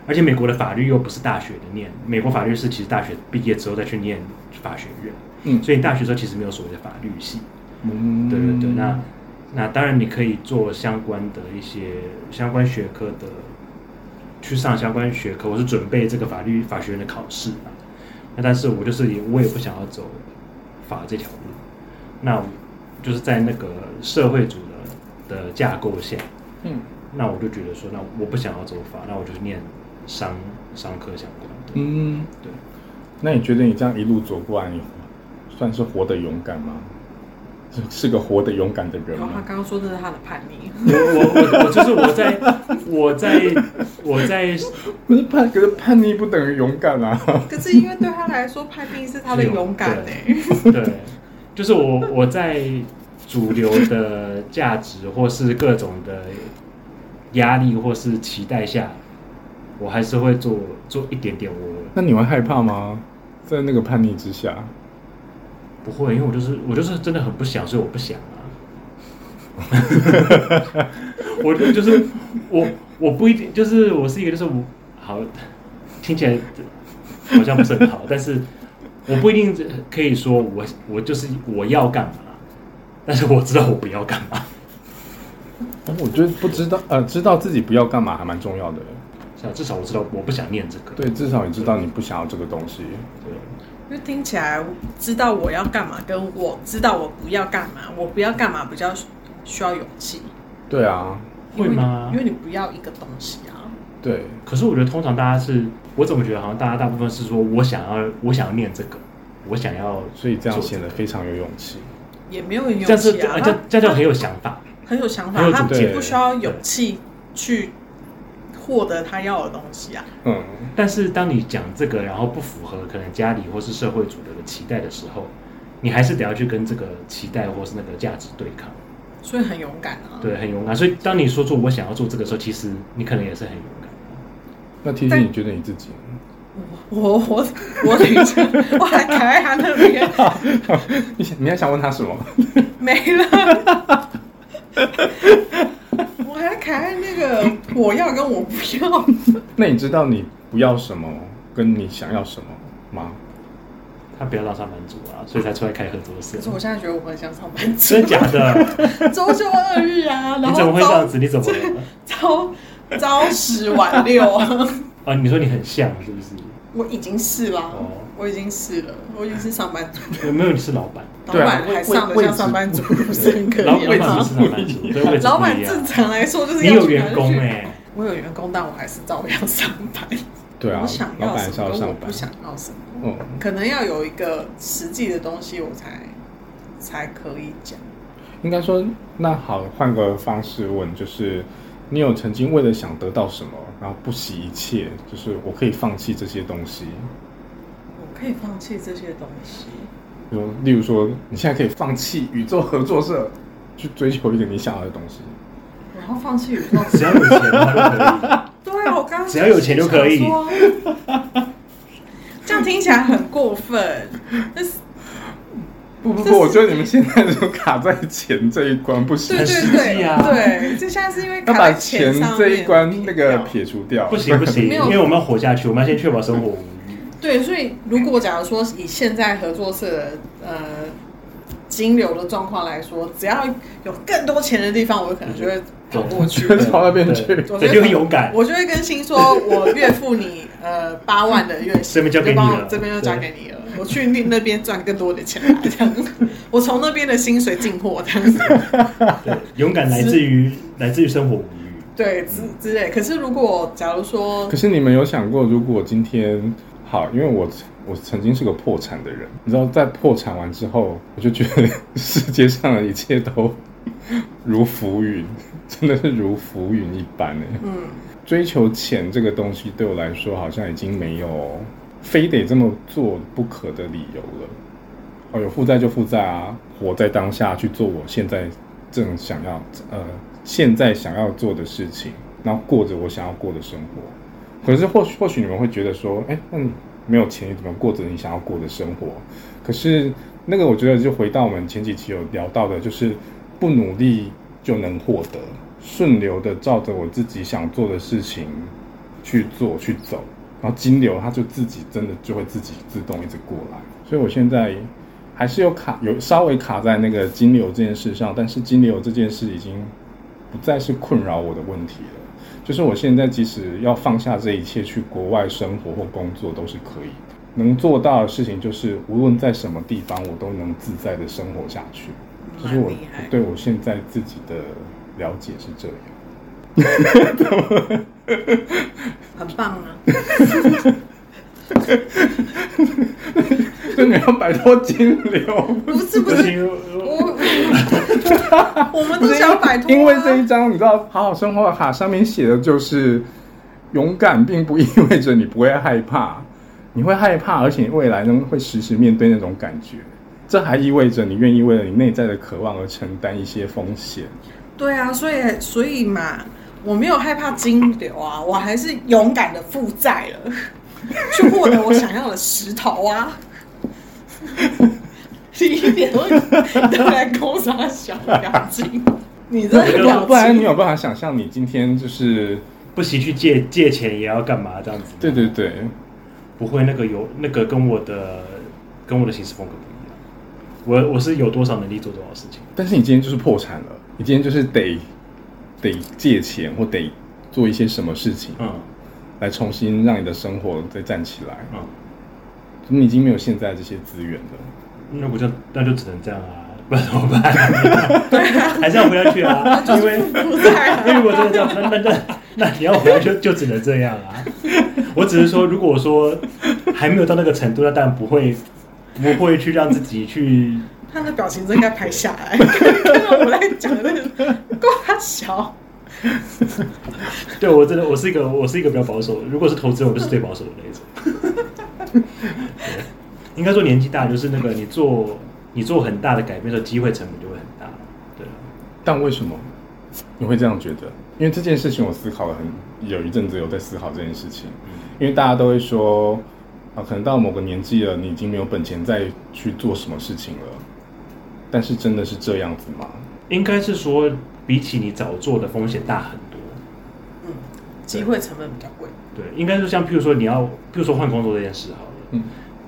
Speaker 3: 而且美国的法律又不是大学的念，美国法律是其实大学毕业之后再去念法学院，
Speaker 1: 嗯，
Speaker 3: 所以你大学之后其实没有所谓的法律系，
Speaker 1: 嗯
Speaker 3: 对对对，那那当然你可以做相关的一些相关学科的，去上相关学科，我是准备这个法律法学院的考试嘛。那但是我就是也我也不想要走法这条路，那我就是在那个社会主的的架构下，
Speaker 1: 嗯
Speaker 3: 那我就觉得说，那我不想要走法，那我就念商商科相关的。
Speaker 1: 嗯，
Speaker 3: 对，
Speaker 1: 那你觉得你这样一路走过来，你算是活得勇敢吗？是是个活得勇敢的人
Speaker 2: 然后他
Speaker 1: 吗？
Speaker 2: 刚刚说这是他的叛
Speaker 3: [LAUGHS]
Speaker 2: 逆，
Speaker 3: 我我我我就是我在我在我在
Speaker 1: 不是叛，可是叛逆不等于勇敢啊。
Speaker 2: 可是因为对他来说，叛逆是他的勇敢哎、
Speaker 3: 对，就是我我在主流的价值或是各种的压力或是期待下，我还是会做做一点点我
Speaker 1: [LAUGHS] 那你会害怕吗？在那个叛逆之下，
Speaker 3: 不会，因为我就是我就是真的很不想，所以我不想啊。我就就是我我不一定就是我是一个就是我好听起来好像不是很好，但是我不一定可以说我我就是我要干嘛，但是我知道我不要干嘛。
Speaker 1: 哦我觉得不知道，呃，知道自己不要干嘛还蛮重要的。
Speaker 3: 是啊至少我知道我不想念这个。
Speaker 1: 对，至少你知道你不想要这个东西。
Speaker 3: 对
Speaker 2: 因为听起来知道我要干嘛，跟我知道我不要干嘛，我不要干嘛比较需要勇气，
Speaker 1: 对啊，
Speaker 2: 因为
Speaker 3: 会吗
Speaker 2: 因为你不要一个东西啊，
Speaker 1: 对，
Speaker 3: 可是我觉得通常大家是，我怎么觉得好像大家大部分是说我想要我想要念这个，我想要
Speaker 1: 所以这样
Speaker 3: 做
Speaker 1: 显得非常有勇气。
Speaker 2: 也没有很
Speaker 3: 这样
Speaker 2: 勇
Speaker 3: 是
Speaker 2: 气
Speaker 3: 这
Speaker 2: 啊，
Speaker 3: 样这样这样就很有想法。
Speaker 2: 很有想
Speaker 3: 很
Speaker 2: 法，
Speaker 3: 有
Speaker 2: 他
Speaker 3: 主
Speaker 1: 见
Speaker 2: 也不需要勇气去获得他要的东西啊。
Speaker 1: 嗯
Speaker 3: 但是当你讲这个，然后不符合可能家里或是社会主流的期待的时候，你还是得要去跟这个期待或是那个价值对抗，
Speaker 2: 所以很勇敢啊。
Speaker 3: 对，很勇敢。所以当你说出我想要做这个时候，其实你可能也是很勇敢。
Speaker 1: 那 T T，
Speaker 2: 但
Speaker 1: 你觉得你自己？
Speaker 2: 我我 [LAUGHS] 我领着，我还卡在他那
Speaker 3: [LAUGHS]
Speaker 2: 边
Speaker 1: [LAUGHS] 你想你还想问他什么？
Speaker 2: 没了， [LAUGHS] 我还卡在那个我要跟我不要，
Speaker 1: 那你知道你不要什么，跟你想要什么吗？
Speaker 3: 他不要当上班族啊，所以才出来开合作社
Speaker 2: 可。是我现在觉得我很像上班
Speaker 3: [LAUGHS]
Speaker 2: 族
Speaker 3: 真，假的？
Speaker 2: 周休二日啊，然
Speaker 3: 你
Speaker 2: 后
Speaker 3: 怎么会这样子？
Speaker 2: 朝
Speaker 3: 你怎么了？
Speaker 2: 朝朝十晚六啊，
Speaker 3: [LAUGHS] 啊，你说你很像是不是？
Speaker 2: 我已经是啦
Speaker 3: 哦，
Speaker 2: 我已经是了，我已经是上班族，
Speaker 3: 有没有你是老 [LAUGHS] 板？
Speaker 2: 老
Speaker 1: 对啊
Speaker 2: 板还上的
Speaker 1: 位
Speaker 2: 像
Speaker 1: 置
Speaker 2: 上班族，不是很可
Speaker 3: 老
Speaker 2: 怜
Speaker 3: 板
Speaker 2: 吗
Speaker 3: 不？是上班族，对，位置
Speaker 2: 老
Speaker 3: 不
Speaker 2: 板
Speaker 3: 一
Speaker 2: 正
Speaker 3: 样。
Speaker 2: 常来说就是
Speaker 3: 你
Speaker 2: 要
Speaker 3: 有
Speaker 2: 去哪
Speaker 3: 员
Speaker 2: 就
Speaker 3: 工
Speaker 2: 去
Speaker 3: 哎，
Speaker 2: 我有员工，但我还是照样上班。
Speaker 1: 对啊
Speaker 2: 我想，
Speaker 1: 老
Speaker 2: 要
Speaker 1: 板是
Speaker 2: 什
Speaker 1: 要
Speaker 2: 么，
Speaker 1: 上
Speaker 2: 我
Speaker 1: 班
Speaker 2: 不。想要什么，
Speaker 1: 嗯，
Speaker 2: 可能要有一个实际的东西，我才才可以讲。
Speaker 1: 应该说，那好，换个方式问，就是你有曾经为了想得到什么，然后不惜一切，就是我可以放弃这些东西。
Speaker 2: 我可以放弃这些东西，
Speaker 1: 比如，例如说，你现在可以放弃宇宙合作社，去追求一个你想要的东西。
Speaker 2: 然后放弃宇宙。
Speaker 3: 只要有钱他就可以。
Speaker 2: [LAUGHS] 对啊，我刚刚
Speaker 3: 只要有钱就可以
Speaker 2: 想说。这样听起来很过分，但是
Speaker 1: 不不
Speaker 2: 这
Speaker 1: 不，
Speaker 2: 是
Speaker 1: 我觉得你们现在就卡在钱这一关，不行
Speaker 2: 对，对
Speaker 3: 很实际
Speaker 2: 对、
Speaker 3: 啊
Speaker 2: 对，这现在是因为
Speaker 1: 要
Speaker 2: 卡
Speaker 1: 把
Speaker 2: 在
Speaker 1: 钱
Speaker 2: 上面
Speaker 1: 这一关那个
Speaker 2: 掉
Speaker 1: 撇除掉。
Speaker 3: 不行不 [LAUGHS] 行，
Speaker 2: 没有
Speaker 3: 因为我们要活下去，我们要先确保生活无虞。
Speaker 2: 对，所以如果假如说以现在合作社的呃金流的状况来说，只要有更多钱的地方，我可能就会跑过去。 [LAUGHS]
Speaker 1: 就朝那边去
Speaker 3: 对
Speaker 2: 我觉得
Speaker 3: 对，就会勇敢。
Speaker 2: 我就会跟新说，我月付你呃八万的月薪，
Speaker 3: 这边交给
Speaker 2: 就
Speaker 3: 你了
Speaker 2: 帮我这边就交给你了。我去那那边赚更多的钱来，这样，我从那边的薪水进货，这样子。
Speaker 3: 对，勇敢来自于来自于生活无虞。
Speaker 2: 对之之类。可是如果假如说
Speaker 1: 可是你们有想过，如果今天好，因为我我曾经是个破产的人，你知道，在破产完之后，我就觉得世界上的一切都如浮云，真的是如浮云一般哎。
Speaker 2: 嗯，
Speaker 1: 追求钱这个东西对我来说，好像已经没有非得这么做不可的理由了。哦，有负债就负债啊，活在当下去做我现在正想要呃现在想要做的事情，然后过着我想要过的生活。可是或许或许你们会觉得说，哎，那你没有钱，你怎么过着你想要过的生活？可是那个我觉得就回到我们前几期有聊到的，就是不努力就能获得，顺流的照着我自己想做的事情去做去走，然后金流它就自己真的就会自己自动一直过来。所以我现在还是有卡有稍微卡在那个金流这件事上，但是金流这件事已经不再是困扰我的问题了。就是我现在即使要放下这一切去国外生活或工作都是可以的，能做到的事情就是无论在什么地方，我都能自在的生活下去。这
Speaker 2: 蛮
Speaker 1: 是我
Speaker 2: 厉害。
Speaker 1: 对我现在自己的了解是这样。 [LAUGHS]
Speaker 2: 很棒啊！
Speaker 1: 所以你要摆脱金流，
Speaker 2: 不是不
Speaker 3: 就是
Speaker 2: 是，
Speaker 3: 因为
Speaker 2: 我我们都想 [LAUGHS] 摆脱、啊，
Speaker 1: 因为这一张你知道，好好生活卡上面写的就是勇敢，并不意味着你不会害怕，你会害怕，而且你未来呢会时时面对那种感觉。这还意味着你愿意为了你内在的渴望而承担一些风险。
Speaker 2: 对啊，所以所以嘛，我没有害怕金流啊，我还是勇敢的负债了， [LAUGHS] 去获得我想要的石头啊。 [LAUGHS] 第一点，你都来攻杀小表情，你这个表情，
Speaker 1: 不然你有办法想象你今天就是
Speaker 3: 不惜去借借钱也要干嘛这样子？
Speaker 1: 对，对对，
Speaker 3: 不会那个有那个跟我的跟我的行事风格不一样。我我是有多少能力做多少事情，
Speaker 1: 但是你今天就是破产了，你今天就是得得借钱或得做一些什么事情，
Speaker 3: 嗯
Speaker 1: 来重新让你的生活再站起来。
Speaker 3: 嗯，
Speaker 1: 你已经没有现在这些资源了，
Speaker 3: 那我就那就只能这样啊，不然怎么办？ [LAUGHS] 还是要回下去啊，因为
Speaker 2: 负债啊
Speaker 3: 因为如果真的这样，那那那那你要回来就就只能这样啊。我只是说，如果我说还没有到那个程度，那当然不会不会去让自己去
Speaker 2: 他的表情真应该拍下来，看到我在讲的那个够他小，
Speaker 3: 对我真的我是一个我是一个比较保守的，如果是投资人，我就是最保守的那一种。对应该说年纪大就是那个你做你做很大的改变的时候，机会成本就会很大。对啊，
Speaker 1: 但为什么你会这样觉得？因为这件事情我思考了很有一阵子，有在思考这件事情。
Speaker 3: 嗯
Speaker 1: 因为大家都会说，啊，可能到某个年纪了，你已经没有本钱再去做什么事情了。但是真的是这样子吗？
Speaker 3: 应该是说比起你早做的风险大很多。
Speaker 2: 嗯，机会成本比较贵。
Speaker 3: 对，应该说像譬如说你要，譬如说换工作这件事好了，
Speaker 1: 嗯，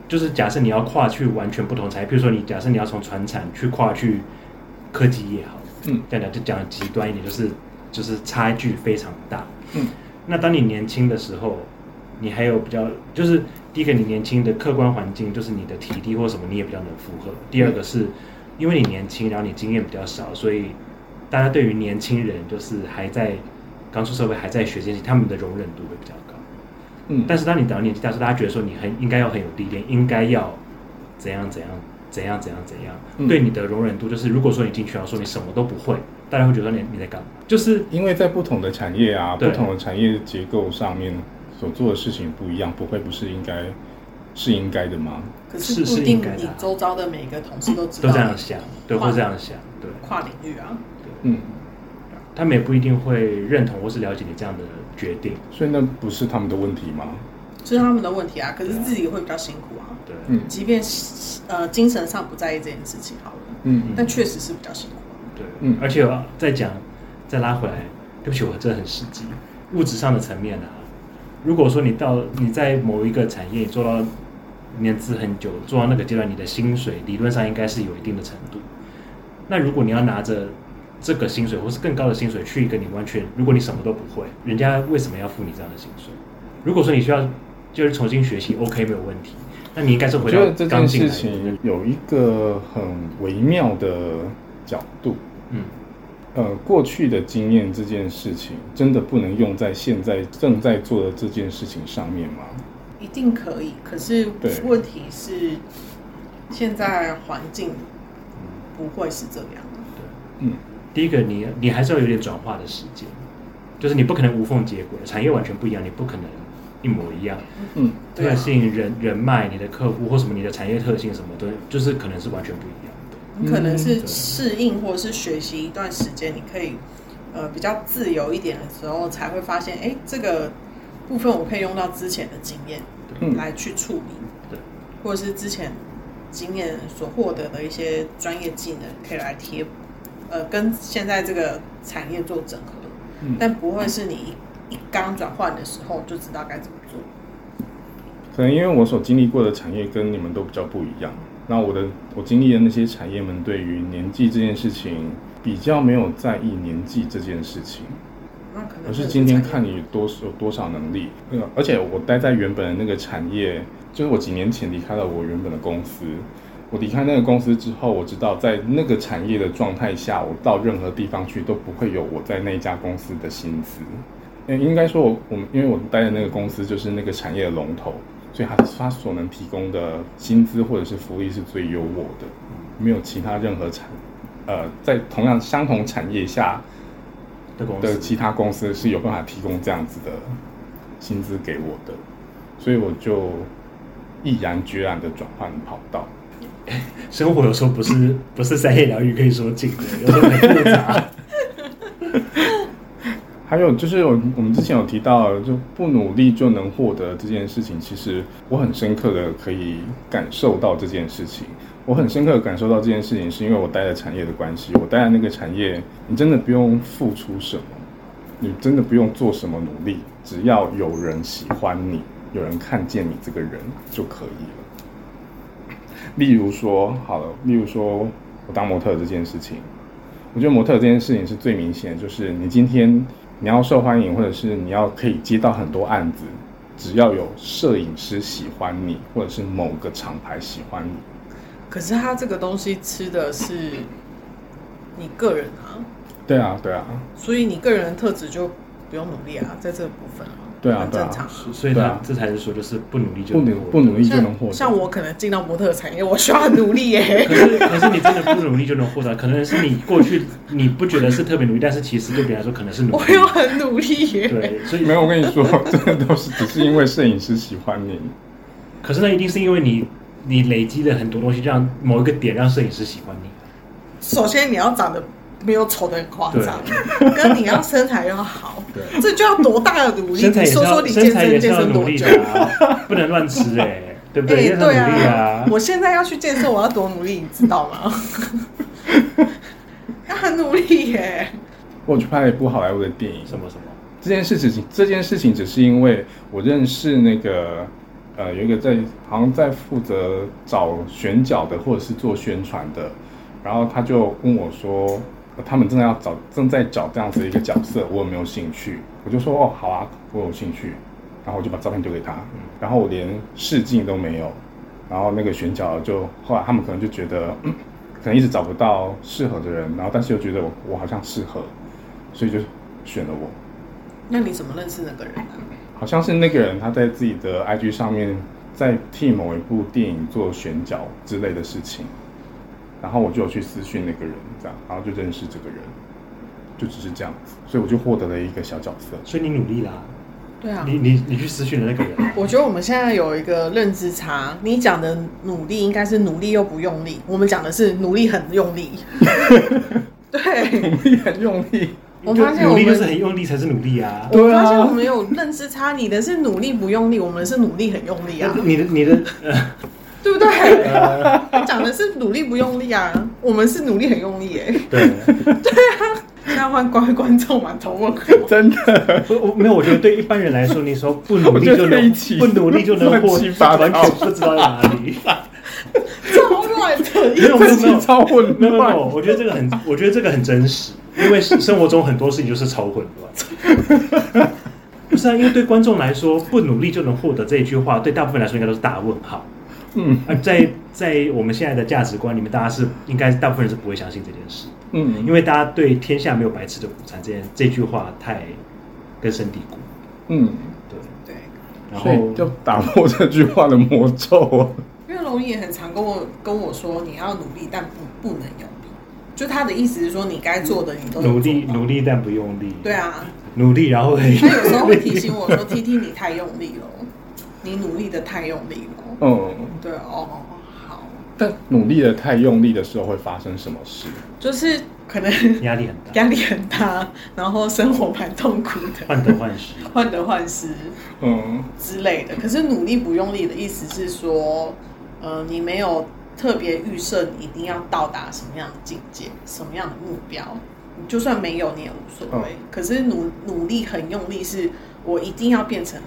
Speaker 3: 就是假设你要跨去完全不同产业，譬如说你假设你要从船产去跨去科技业好了，
Speaker 1: 嗯
Speaker 3: 这样讲就讲极端一点，就是就是差距非常大。
Speaker 1: 嗯，
Speaker 3: 那当你年轻的时候，你还有比较，就是第一个你年轻的客观环境，就是你的体力或什么你也比较能负荷；第二个是因为你年轻，然后你经验比较少，所以大家对于年轻人就是还在刚出社会还在学习，他们的容忍度会比较高。
Speaker 1: 嗯，
Speaker 3: 但是当你到年纪大时候，大家觉得说你很应该要很有历练，应该要怎样怎样怎样怎样怎样，
Speaker 1: 嗯
Speaker 3: 对你的容忍度就是，如果说你进去然后说你什么都不会，大家会觉得你你在干嘛？就是
Speaker 1: 因为在不同的产业啊，不
Speaker 3: 对
Speaker 1: 同的产业结构上面所做的事情不一样，不会不是应该是应该的吗？
Speaker 2: 可
Speaker 3: 是
Speaker 2: 是不
Speaker 3: 是
Speaker 2: 一定
Speaker 3: 应该的啊
Speaker 2: 你周遭的每一个同事都知道
Speaker 3: 都这样
Speaker 2: 你
Speaker 3: 想，对，
Speaker 2: 跨
Speaker 3: 或这样想，对，
Speaker 2: 跨领域啊，
Speaker 1: 嗯，
Speaker 3: 他们也不一定会认同或是了解你这样的决定，
Speaker 1: 所以那不是他们的问题吗？
Speaker 2: 这是他们的问题啊。可是自己会比较辛苦啊，
Speaker 3: 对，
Speaker 1: 嗯
Speaker 2: 即便呃精神上不在意这件事情好了，
Speaker 1: 嗯
Speaker 2: 但确实是比较辛苦啊、
Speaker 3: 对，
Speaker 1: 嗯
Speaker 3: 而且我要再讲，再拉回来，对不起，我真的很实际，物质上的层面啊，如果说你到你在某一个产业做到年资很久，做到那个阶段，你的薪水理论上应该是有一定的程度。那如果你要拿着这个薪水或是更高的薪水去一个你完全，如果你什么都不会，人家为什么要付你这样的薪水？如果说你需要就是重新学习，OK 没有问题，那你应该是
Speaker 1: 我
Speaker 3: 回
Speaker 1: 觉
Speaker 3: 到
Speaker 1: 得这
Speaker 3: 刚
Speaker 1: 件
Speaker 3: 进
Speaker 1: 事
Speaker 3: 来的
Speaker 1: 情
Speaker 3: 人，
Speaker 1: 有一个很微妙的角度，
Speaker 3: 嗯，
Speaker 1: 呃，过去的经验这件事情，真的不能用在现在正在做的这件事情上面吗？
Speaker 2: 一定可以。可是
Speaker 1: 对
Speaker 2: 问题是，现在环境不会是这样的。
Speaker 3: 对。
Speaker 1: 嗯
Speaker 3: 第一个你，你还是要有点转化的时间，就是你不可能无缝接轨，产业完全不一样，你不可能一模一样。
Speaker 1: 嗯
Speaker 3: 对啊，吸引人人脉、你的客户或什么你的产业特性什么的，就是可能是完全不一样的。
Speaker 2: 你可能
Speaker 3: 嗯
Speaker 2: 是适应或者是学习一段时间，你可以呃比较自由一点的时候，才会发现，哎，这个部分我可以用到之前的经验
Speaker 1: 嗯
Speaker 2: 来去处理，
Speaker 3: 对，
Speaker 2: 或者是之前经验所获得的一些专业技能，可以来贴补，呃，跟现在这个产业做整合，
Speaker 1: 嗯，
Speaker 2: 但不会是你一刚转换的时候就知道该怎么做。
Speaker 1: 可能因为我所经历过的产业跟你们都比较不一样，那我的我经历的那些产业们对于年纪这件事情比较没有在意年纪这件事情，
Speaker 2: 那可能
Speaker 1: 而
Speaker 2: 会
Speaker 1: 是
Speaker 2: 有
Speaker 1: 今天
Speaker 2: 产业
Speaker 1: 看你多有多少能力。呃，而且我待在原本的那个产业，就是我几年前离开了我原本的公司。我离开那个公司之后，我知道在那个产业的状态下，我到任何地方去都不会有我在那一家公司的薪资。嗯，应该说我，我们因为我待的那个公司就是那个产业的龙头，所以它它所能提供的薪资或者是福利是最优渥的，没有其他任何产，呃，在同样相同产业下
Speaker 3: 的公
Speaker 1: 的
Speaker 3: 司
Speaker 1: 其他公司是有办法提供这样子的薪资给我的，所以我就毅然决然的转换跑道。
Speaker 3: 生活有时候不是 [LAUGHS] 不是三言两语可以说尽的，有时候很复杂。
Speaker 1: 还有就是我我们之前有提到，就不努力就能获得这件事情，其实我很深刻的可以感受到这件事情。我很深刻的感受到这件事情，是因为我待的产业的关系。我待在那个产业，你真的不用付出什么，你真的不用做什么努力，只要有人喜欢你，有人看见你这个人就可以了。例如说，好了，例如说我当模特这件事情，我觉得模特这件事情是最明显的，就是你今天你要受欢迎，或者是你要可以接到很多案子，只要有摄影师喜欢你，或者是某个厂牌喜欢你，
Speaker 2: 可是它这个东西吃的是你个人啊，
Speaker 1: 对啊，对啊，
Speaker 2: 所以你个人的特质就不用努力啊，在这个部分啊，
Speaker 1: 对啊
Speaker 2: 很
Speaker 1: 对啊
Speaker 2: 正常。
Speaker 3: [LAUGHS] 所以
Speaker 1: 对
Speaker 3: 他
Speaker 1: 啊
Speaker 3: 这才是说，就是不努力就
Speaker 1: 不努不努力就能获
Speaker 2: 像
Speaker 1: 得。
Speaker 2: 像我可能进到模特儿产业，我需要努力耶、
Speaker 1: [LAUGHS]
Speaker 3: 可是，可是你真的不努力就能获得，可能是你过去你不觉得是特别努力，但是其实对别人来说可能是
Speaker 2: [LAUGHS]
Speaker 3: 努
Speaker 2: 我
Speaker 3: 力
Speaker 2: 又。很努力耶、
Speaker 3: 对，所以
Speaker 1: 没有，我跟你说， [LAUGHS] 真的都是只是因为摄影师喜欢你。
Speaker 3: 可是那一定是因为你你累积了很多东西，让某一个点让摄影师喜欢你。
Speaker 2: 首先你要长得没有丑的很夸张，跟你要身材要好
Speaker 1: 对，
Speaker 2: 这就要多大的努力？
Speaker 3: 身材
Speaker 2: 你
Speaker 3: 也是
Speaker 2: 说
Speaker 3: 要
Speaker 2: 说你健
Speaker 3: 身材也
Speaker 2: 身
Speaker 3: 是
Speaker 2: 健
Speaker 3: 要
Speaker 2: 身
Speaker 3: 努
Speaker 2: 多
Speaker 3: 力
Speaker 2: 久
Speaker 3: 的？啊，不能乱吃哎、对不对？
Speaker 2: 哎
Speaker 3: 要
Speaker 2: 对
Speaker 3: 努力啊！
Speaker 2: 我现在要去健身，我要多努力，你知道吗？ [LAUGHS] 要很努力耶！
Speaker 1: 我去拍了一部好莱坞的电影，
Speaker 3: 什么什么？
Speaker 1: 这件事情，这件事情只是因为我认识那个呃，有一个在好像在负责找选角的或者是做宣传的，然后他就问我说，呃他们正在要找正在找这样子的一个角色，我有没有兴趣？我就说哦，好啊，我有兴趣，然后我就把照片丢给他，然后我连试镜都没有，然后那个选角就后来他们可能就觉得。 [CLEARS THROAT] 嗯可能一直找不到适合的人，然后但是又觉得我我好像适合，所以就选了我。
Speaker 2: 那你怎么认识那个人啊？
Speaker 1: 好像是那个人他在自己的 IG 上面在替某一部电影做选角之类的事情，然后我就有去私讯那个人，这样，然后就认识这个人，就只是这样子，所以我就获得了一个小角色。
Speaker 3: 所以你努力啦，
Speaker 2: 对啊，
Speaker 3: 你你你去私讯的那个人，
Speaker 2: 我觉得我们现在有一个认知差，你讲的努力应该是努力又不用力，我们讲的是努力很用
Speaker 3: [LAUGHS]
Speaker 2: 力。对，
Speaker 1: 努力 [LAUGHS] 很用力，
Speaker 2: 我发现
Speaker 3: 努
Speaker 2: 我
Speaker 3: 力就是
Speaker 2: 们。
Speaker 3: 很用力才是努力啊。
Speaker 2: 我
Speaker 1: 对啊
Speaker 2: 发现我们有认知差，你的是努力不用力，我们的是努力很用力啊，
Speaker 3: 你的你的
Speaker 2: 对不对？
Speaker 3: 呃，
Speaker 2: 他讲的是努力不用力啊，我们是努力很用力耶。
Speaker 3: 对，
Speaker 2: 那换观观众满头问号，
Speaker 1: 真的， [LAUGHS]
Speaker 3: 我我没有，我觉得对一般人来说，你说不努力就
Speaker 1: 我觉得这
Speaker 3: 能
Speaker 1: 一集
Speaker 3: 不努力就能获，
Speaker 1: 乱七八糟
Speaker 3: 完全不知道在哪里。
Speaker 2: 超乱的。
Speaker 3: 没
Speaker 1: [LAUGHS]
Speaker 3: 有没有没有
Speaker 1: 超混乱
Speaker 3: 没有没有，我觉得这个很， [LAUGHS] 我觉得这个很真实，因为生活中很多事情就是超混乱。 [LAUGHS] 不是啊，因为对观众来说，不努力就能获得这一句话，对大部分来说应该都是大问号。
Speaker 1: 嗯
Speaker 3: 而在在我们现在的价值观里面，大家是应该大部分人是不会相信这件事，
Speaker 1: 嗯，
Speaker 3: 因为大家对“天下没有白吃的午餐”这件这句话太根深蒂固。
Speaker 1: 嗯，
Speaker 3: 对，
Speaker 2: 对，
Speaker 3: 然
Speaker 1: 所以就
Speaker 3: 后
Speaker 1: 打破这句话的魔咒啊。
Speaker 2: 因为龙也很常跟我跟我说，你要努力，但不不能用力。就他的意思是说，你该做的你都有
Speaker 3: 努力
Speaker 2: 做到
Speaker 3: 努力但不用力。
Speaker 2: 对，啊，
Speaker 3: 努力然后很
Speaker 2: 他有时候会提醒我说：“T T，你太用力了，你努力的太用力
Speaker 1: [LAUGHS]
Speaker 2: 了。
Speaker 1: 嗯，”
Speaker 2: 对哦，好，
Speaker 1: 但努力的太用力的时候会发生什么事？
Speaker 2: 就是可能
Speaker 3: 压力很大，
Speaker 2: 压力很大，然后生活蛮痛苦的， [LAUGHS]
Speaker 3: 患得患失。
Speaker 2: 患得患失
Speaker 1: 嗯
Speaker 2: 之类的。可是努力不用力的意思是说，呃，你没有特别预设你一定要到达什么样的境界、什么样的目标，你就算没有你也无所谓。
Speaker 1: 嗯
Speaker 2: 可是努努力很用力是，我一定要变成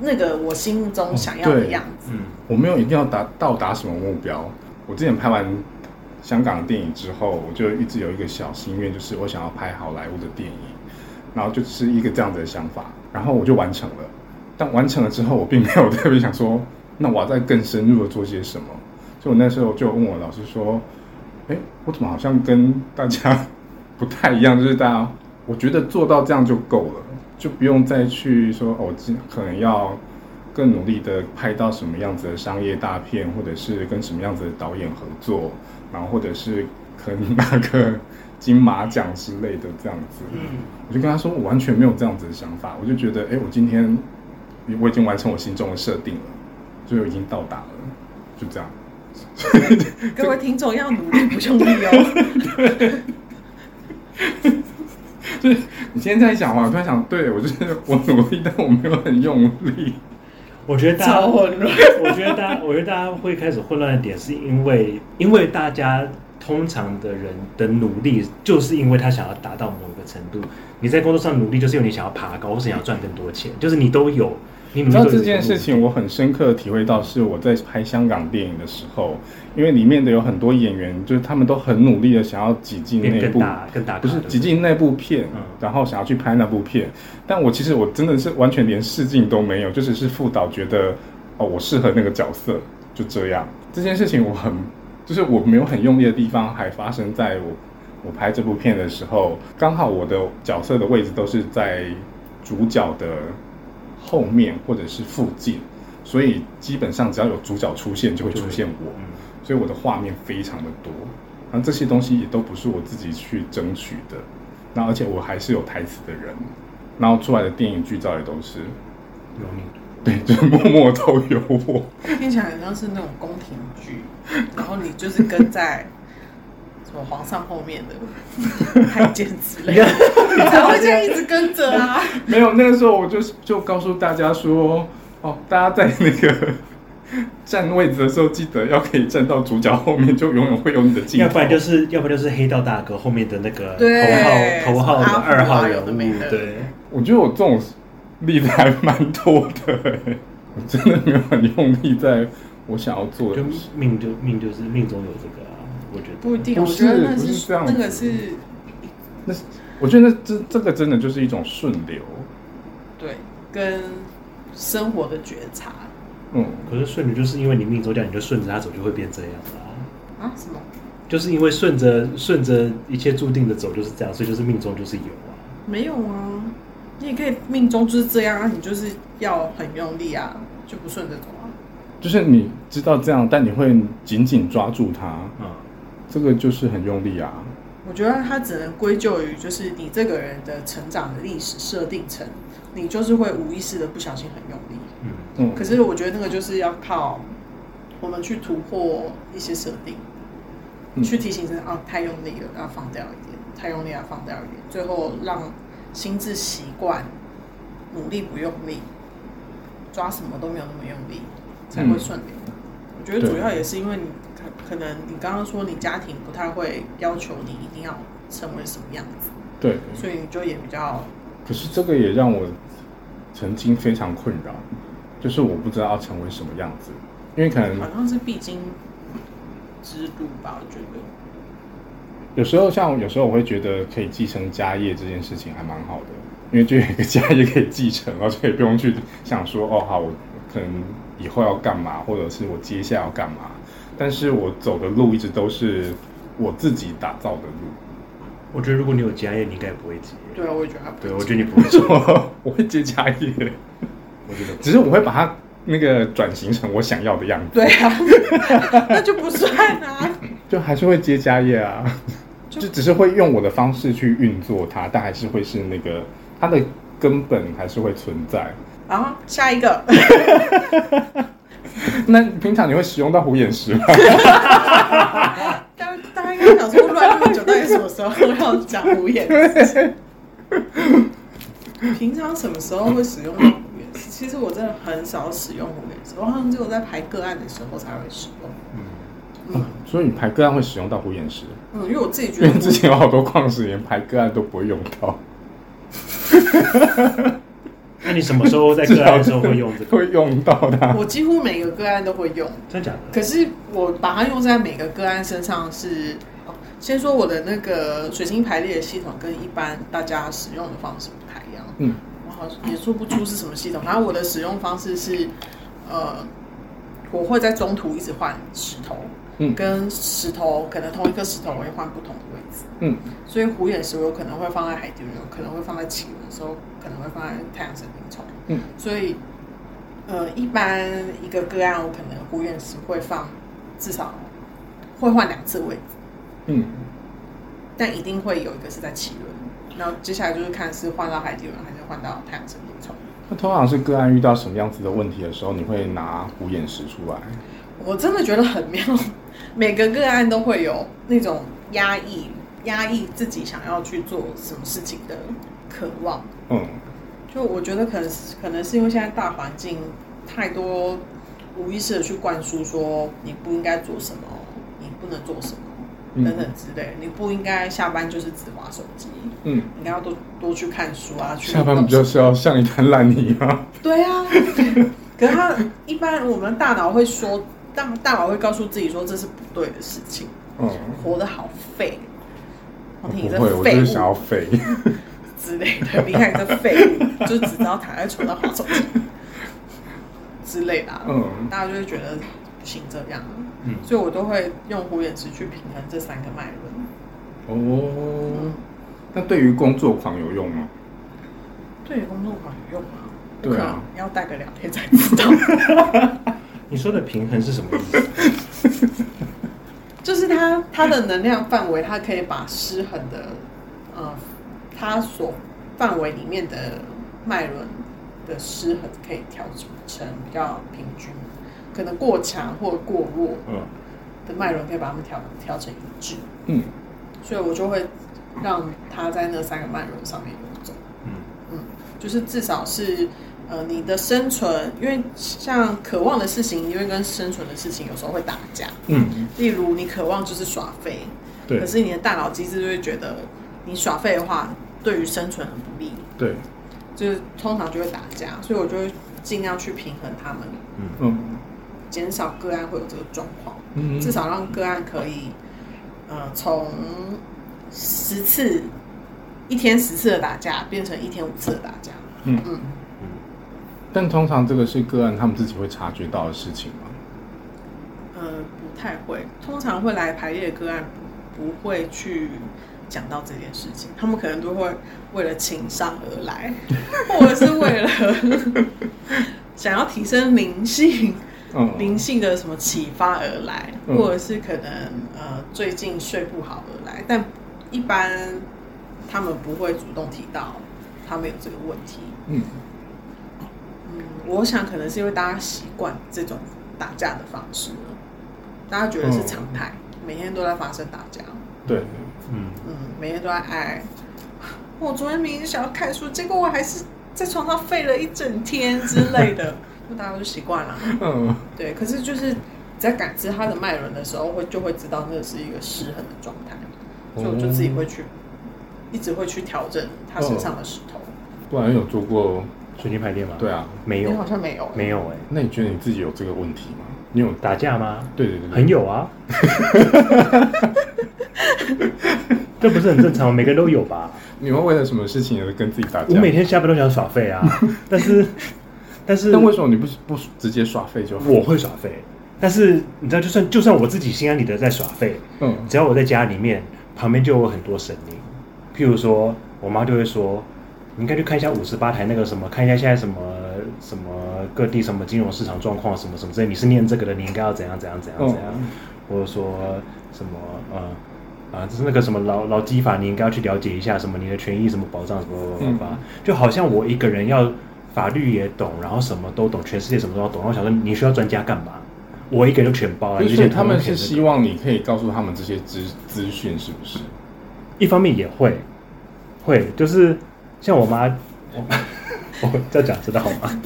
Speaker 2: 那个我心目中想要的
Speaker 1: 对
Speaker 2: 样子。
Speaker 3: 嗯，
Speaker 1: 我没有一定要达到达什么目标。我之前拍完香港的电影之后，我就一直有一个小心愿，就是我想要拍好莱坞的电影，然后就是一个这样子的想法，然后我就完成了。但完成了之后，我并没有特别想说，那我要再更深入的做些什么。所以我那时候就问我老师说：“哎，我怎么好像跟大家不太一样？就是大家，我觉得做到这样就够了，就不用再去说哦，今可能要更努力的拍到什么样子的商业大片，或者是跟什么样子的导演合作，然后或者是可能拿个金马奖之类的这样子。
Speaker 3: 嗯
Speaker 1: 我就跟他说，我完全没有这样子的想法，我就觉得，哎，我今天我已经完成我心中的设定了，所以我已经到达了，就这样。
Speaker 2: 各位听众要努力不用力哦。
Speaker 1: 就是你今天在讲话，我突然想，对我就是我努力，但我没有很用
Speaker 3: 嗯
Speaker 1: 力。
Speaker 3: 我觉得大家
Speaker 2: 超混乱。
Speaker 3: [LAUGHS] 我觉得大家，我觉得大家会开始混乱的点，是因为因为大家通常的人的努力，就是因为他想要达到某一个程度。你在工作上努力，就是因为你想要爬高，或是想要赚更多钱，就是你都有。你努
Speaker 1: 你
Speaker 3: 力
Speaker 1: 知道
Speaker 3: 都有
Speaker 1: 这件事情，我很深刻的体会到，是我在拍香港电影的时候，因为里面的有很多演员，就是他们都很努力的想要挤进
Speaker 3: 变
Speaker 1: 那
Speaker 3: 更
Speaker 1: 部，
Speaker 3: 大更大咖，
Speaker 1: 不是
Speaker 3: 对
Speaker 1: 挤进那部片
Speaker 3: 嗯，
Speaker 1: 然后想要去拍那部片。但我其实我真的是完全连试镜都没有，就只是副导觉得哦，我适合那个角色，就这样。这件事情我很，就是我没有很用力的地方，还发生在我我拍这部片的时候，刚好我的角色的位置都是在主角的后面或者是附近，所以基本上只要有主角出现，就会出现我。
Speaker 3: 嗯
Speaker 1: 所以我的画面非常的多，然后这些东西也都不是我自己去争取的，那而且我还是有台词的人，然后出来的电影剧照也都是，
Speaker 3: 有你。
Speaker 1: 对，就是默默都有我，
Speaker 2: [LAUGHS] 听起来很像是那种宫廷剧，然后你就是跟在什么皇上后 [LAUGHS] 面的太监之类的，你 [LAUGHS] 才会这样一直跟着啊。
Speaker 1: 没有，那个时候我就就告诉大家说，哦，大家在那个 [LAUGHS] 站位置的时候，记得要可以站到主角后面，就永远会有你的镜
Speaker 3: 要
Speaker 1: 头
Speaker 3: 不。然就是要不然就是黑道大哥后面的那个
Speaker 2: 对
Speaker 3: 头号头号
Speaker 2: 什么阿虎
Speaker 3: 的
Speaker 2: 啊
Speaker 3: 二号人
Speaker 2: 有的没
Speaker 3: 物，
Speaker 2: 的
Speaker 3: 对，
Speaker 1: 我觉得我这种例子还蛮多的、欸，我真的没有很用力在我想要做的
Speaker 3: 就
Speaker 1: 事情。
Speaker 3: 命就命就是命中有这个啊，我觉得
Speaker 2: [LAUGHS] 不一定，
Speaker 1: 不
Speaker 2: 我
Speaker 1: 是
Speaker 2: 觉得那
Speaker 1: 不是这样子
Speaker 2: 那个是
Speaker 1: 那是我觉得那这这个真的就是一种顺流，
Speaker 2: 对跟生活的觉察
Speaker 1: 嗯，
Speaker 3: 可是顺着就是因为你命中掉，你就顺着他走，就会变这样啦。
Speaker 2: 啊什么
Speaker 3: 就是因为顺着顺着一切注定的走就是这样，所以就是命中就是有啊。
Speaker 2: 没有啊，你也可以命中就是这样，啊，你就是要很用力啊，就不顺着走啊。
Speaker 1: 就是你知道这样，但你会紧紧抓住它，
Speaker 3: 嗯，
Speaker 1: 这个就是很用力啊。
Speaker 2: 我觉得它只能归咎于就是你这个人的成长的历史设定成，你就是会无意识的不小心很用力。
Speaker 3: 嗯，
Speaker 1: 嗯，
Speaker 2: 可是我觉得那个就是要靠我们去突破一些设定，
Speaker 1: 嗯
Speaker 2: 去提醒自己啊太用力了，要放掉一点，太用力要放掉一点，最后让心智习惯努力不用力，抓什么都没有那么用力，才会顺流。我觉得主要也是因为你可可能你刚刚说你家庭不太会要求你一定要成为什么样子，
Speaker 1: 对，
Speaker 2: 所以你就也比较
Speaker 1: 可是这个也让我曾经非常困扰，就是我不知道要成为什么样子，因为可能
Speaker 2: 好像是必经之路吧，我觉得。
Speaker 1: 有时候像有时候我会觉得可以继承家业这件事情还蛮好的，因为就有一个家业可以继承，而且也不用去想说哦好，我可能以后要干嘛，或者是我接下来要干嘛。但是我走的路一直都是我自己打造的路， [LAUGHS]
Speaker 3: 我觉得如果你有家业，你应该也不会接。
Speaker 2: 对啊，我也觉得他不
Speaker 3: 对，
Speaker 2: 会
Speaker 3: 我觉得你不会 [LAUGHS] 接，
Speaker 1: 我我会接家业，
Speaker 3: 我觉得不
Speaker 1: 只是我会把它那个转型成我想要的样子，
Speaker 2: 对啊， [LAUGHS] 那就不算啊。
Speaker 1: 就还是会接家业啊，
Speaker 2: 就
Speaker 1: 就只是会用我的方式去运作它，但还是会是那个它的根本还是会存在。
Speaker 2: 然后下一个，
Speaker 1: 那平常你会使用到虎眼石吗？
Speaker 2: 大大家应该想说乱那么久，到底什么时候要讲虎眼？平常什么时候会使用虎眼？其实我真的很少使用虎眼，我好像只有在排个案的时候才会使用。
Speaker 3: 嗯，
Speaker 2: 嗯
Speaker 1: [LAUGHS] 所以你排个案会使用到虎眼石，
Speaker 2: 嗯，因为我自己觉
Speaker 1: [LAUGHS] 因为
Speaker 2: 得
Speaker 1: 之前有好多矿石连排个案都不会用 [LAUGHS] 到，
Speaker 3: 那你什么时候在个案的时候会用 [LAUGHS] 这个？
Speaker 1: 会用到的啊。
Speaker 2: 我几乎每个个案都会用。
Speaker 3: 真的假的？
Speaker 2: 可是我把它用在每个个案身上是，哦先说我的那个水晶排列的系统跟一般大家使用的方式不太一样，
Speaker 1: 嗯
Speaker 2: 我好像也说不出是什么系统。然后我的使用方式是，呃，我会在中途一直换石头，
Speaker 1: 嗯
Speaker 2: 跟石头可能同一个石头我会换不同的位置，
Speaker 1: 嗯，
Speaker 2: 所以虎眼石我有可能会放在海底轮，有可能会放在脐轮的时候，可能会放在太阳神经丛。
Speaker 1: 嗯，
Speaker 2: 所以呃，一般一个个案我可能虎眼石会放至少会换两次位置，
Speaker 1: 嗯，
Speaker 2: 但一定会有一个是在脐轮，然后接下来就是看是换到海底轮还是换到太阳神经丛。
Speaker 1: 那通常是个案遇到什么样子的问题的时候，你会拿虎眼石出来？
Speaker 2: 我真的觉得很妙，每个个案都会有那种压抑、压抑自己想要去做什么事情的渴望。
Speaker 1: 嗯
Speaker 2: 就我觉得可能是可能是因为现在大环境太多无意识的去灌输说你不应该做什么，你不能做什么
Speaker 1: 嗯
Speaker 2: 等等之类，你不应该下班就是只划手机，
Speaker 1: 嗯，
Speaker 2: 你应该要多多去看书啊，去
Speaker 1: 下班
Speaker 2: 动
Speaker 1: 不就是要像一滩烂泥吗？
Speaker 2: 对啊， [LAUGHS] 可是他一般我们大脑会说，大大脑会告诉自己说这是不对的事情，
Speaker 1: 嗯，
Speaker 2: 活得好废。
Speaker 1: 我
Speaker 2: 我听你
Speaker 1: 不
Speaker 2: 这
Speaker 1: 会，我就
Speaker 2: 废
Speaker 1: 是想要
Speaker 2: 物 [LAUGHS]
Speaker 1: 飞。
Speaker 2: 之类的， [LAUGHS] 你看你这废物，就只知道躺在床上划手机之类的啊、
Speaker 1: [LAUGHS] 嗯
Speaker 2: 大家就会觉得不行这样，啊
Speaker 3: 嗯
Speaker 2: 所以我都会用虎眼石去平衡这三个脉轮。
Speaker 1: 哦，那对于工作狂有用吗？
Speaker 2: 对于工作狂有用吗？
Speaker 1: 对啊，
Speaker 2: 要带个两天才知道。
Speaker 3: 你说的平衡是什么意思？
Speaker 2: 就是它它的能量范围，它可以把失衡的，呃，它所范围里面的脉轮的失衡可以调整成比较平均，可能过强或过弱
Speaker 3: 嗯，
Speaker 2: 的脉轮可以把它们调调成一致，
Speaker 1: 嗯，
Speaker 2: 所以我就会让它在那三个脉轮上面游走。
Speaker 3: 嗯
Speaker 2: 就是至少是呃你的生存，因为像渴望的事情，因为跟生存的事情有时候会打架。
Speaker 1: 嗯，
Speaker 2: 例如你渴望就是耍废，
Speaker 1: 对
Speaker 2: 可是你的大脑机制就会觉得你耍废的话，对于生存很不利，
Speaker 1: 对，
Speaker 2: 就是通常就会打架，所以我就会尽量去平衡他们，
Speaker 1: 嗯
Speaker 2: 减少个案会有这个状况，
Speaker 1: 嗯，
Speaker 2: 至少让个案可以呃从十次一天十次的打架变成一天五次的打架。
Speaker 1: 嗯
Speaker 2: 嗯，
Speaker 3: 嗯，
Speaker 1: 但通常这个是个案他们自己会察觉到的事情嘛？
Speaker 2: 呃，不太会，通常会来排列的个案不不会去讲到这件事情，他们可能都会为了情商而来，或者是为了想要提升灵性、
Speaker 1: 嗯，
Speaker 2: 灵性的什么启发而来，
Speaker 1: 嗯
Speaker 2: 或者是可能呃最近睡不好而来，但一般他们不会主动提到他们有这个问题。
Speaker 1: 嗯
Speaker 2: 嗯，我想可能是因为大家习惯这种打架的方式了，大家觉得是常态，每天都在发生打架，
Speaker 1: 对，
Speaker 3: 嗯，
Speaker 2: 嗯，每天都在爱。我昨天明明想要看书，结果我还是在床上废了一整天之类
Speaker 3: [LAUGHS]
Speaker 2: 的，那大家就习惯了。
Speaker 1: 嗯
Speaker 2: 对，可是就是在感知它的脉轮的时候，会就会知道那是一个失衡的状态，
Speaker 3: 哦
Speaker 2: 所以我就自己会去，一直会去调整他身上的石头。
Speaker 1: 不然有做过？
Speaker 3: 水晶排列吗？
Speaker 1: 对，啊，
Speaker 3: 没
Speaker 2: 你好
Speaker 3: 有，
Speaker 2: 像没有欸，
Speaker 3: 没有哎、
Speaker 1: 那你觉得你自己有这个问题吗？你有？
Speaker 3: 打架吗？
Speaker 1: 对对对对，
Speaker 3: 很有 [LAUGHS] 啊，这不是很正常？每个人都有吧？
Speaker 1: 你们为了什么事情而跟自己打
Speaker 3: 我
Speaker 1: 架？
Speaker 3: 每天下班都想耍
Speaker 1: [LAUGHS]
Speaker 3: 废啊，但是但是
Speaker 1: 但为什么你不不直接耍废就好？
Speaker 3: 我会耍废，但是你知道，就算就算我自己心安理得在耍废，
Speaker 1: 嗯
Speaker 3: 只要我在家里面，旁边就有很多声音，譬如说，我妈就会说，你应该去看一下五十八台那个什么，看一下现在什么什么各地什么金融市场状况什么什么之类，你是念这个的，你应该要怎样怎样怎样怎样，
Speaker 1: 嗯
Speaker 3: 或者说什么呃。啊，就是那个什么劳劳基法，你应该要去了解一下什么你的权益什么保障什么什么什么
Speaker 1: 嗯，
Speaker 3: 就好像我一个人要法律也懂，然后什么都懂，全世界什么都要懂。然后我想说，你需要专家干嘛？我一个人就全包了。
Speaker 1: 所以
Speaker 3: 你就
Speaker 1: 所以
Speaker 3: 先
Speaker 1: 他们
Speaker 3: 通通填
Speaker 1: 是
Speaker 3: 这个
Speaker 1: 希望你可以告诉他们这些资资讯，是
Speaker 3: [LAUGHS]
Speaker 1: 不是？
Speaker 3: 一方面也会，会就是像我妈，我
Speaker 1: 哦
Speaker 3: [LAUGHS] 我这样讲知道吗？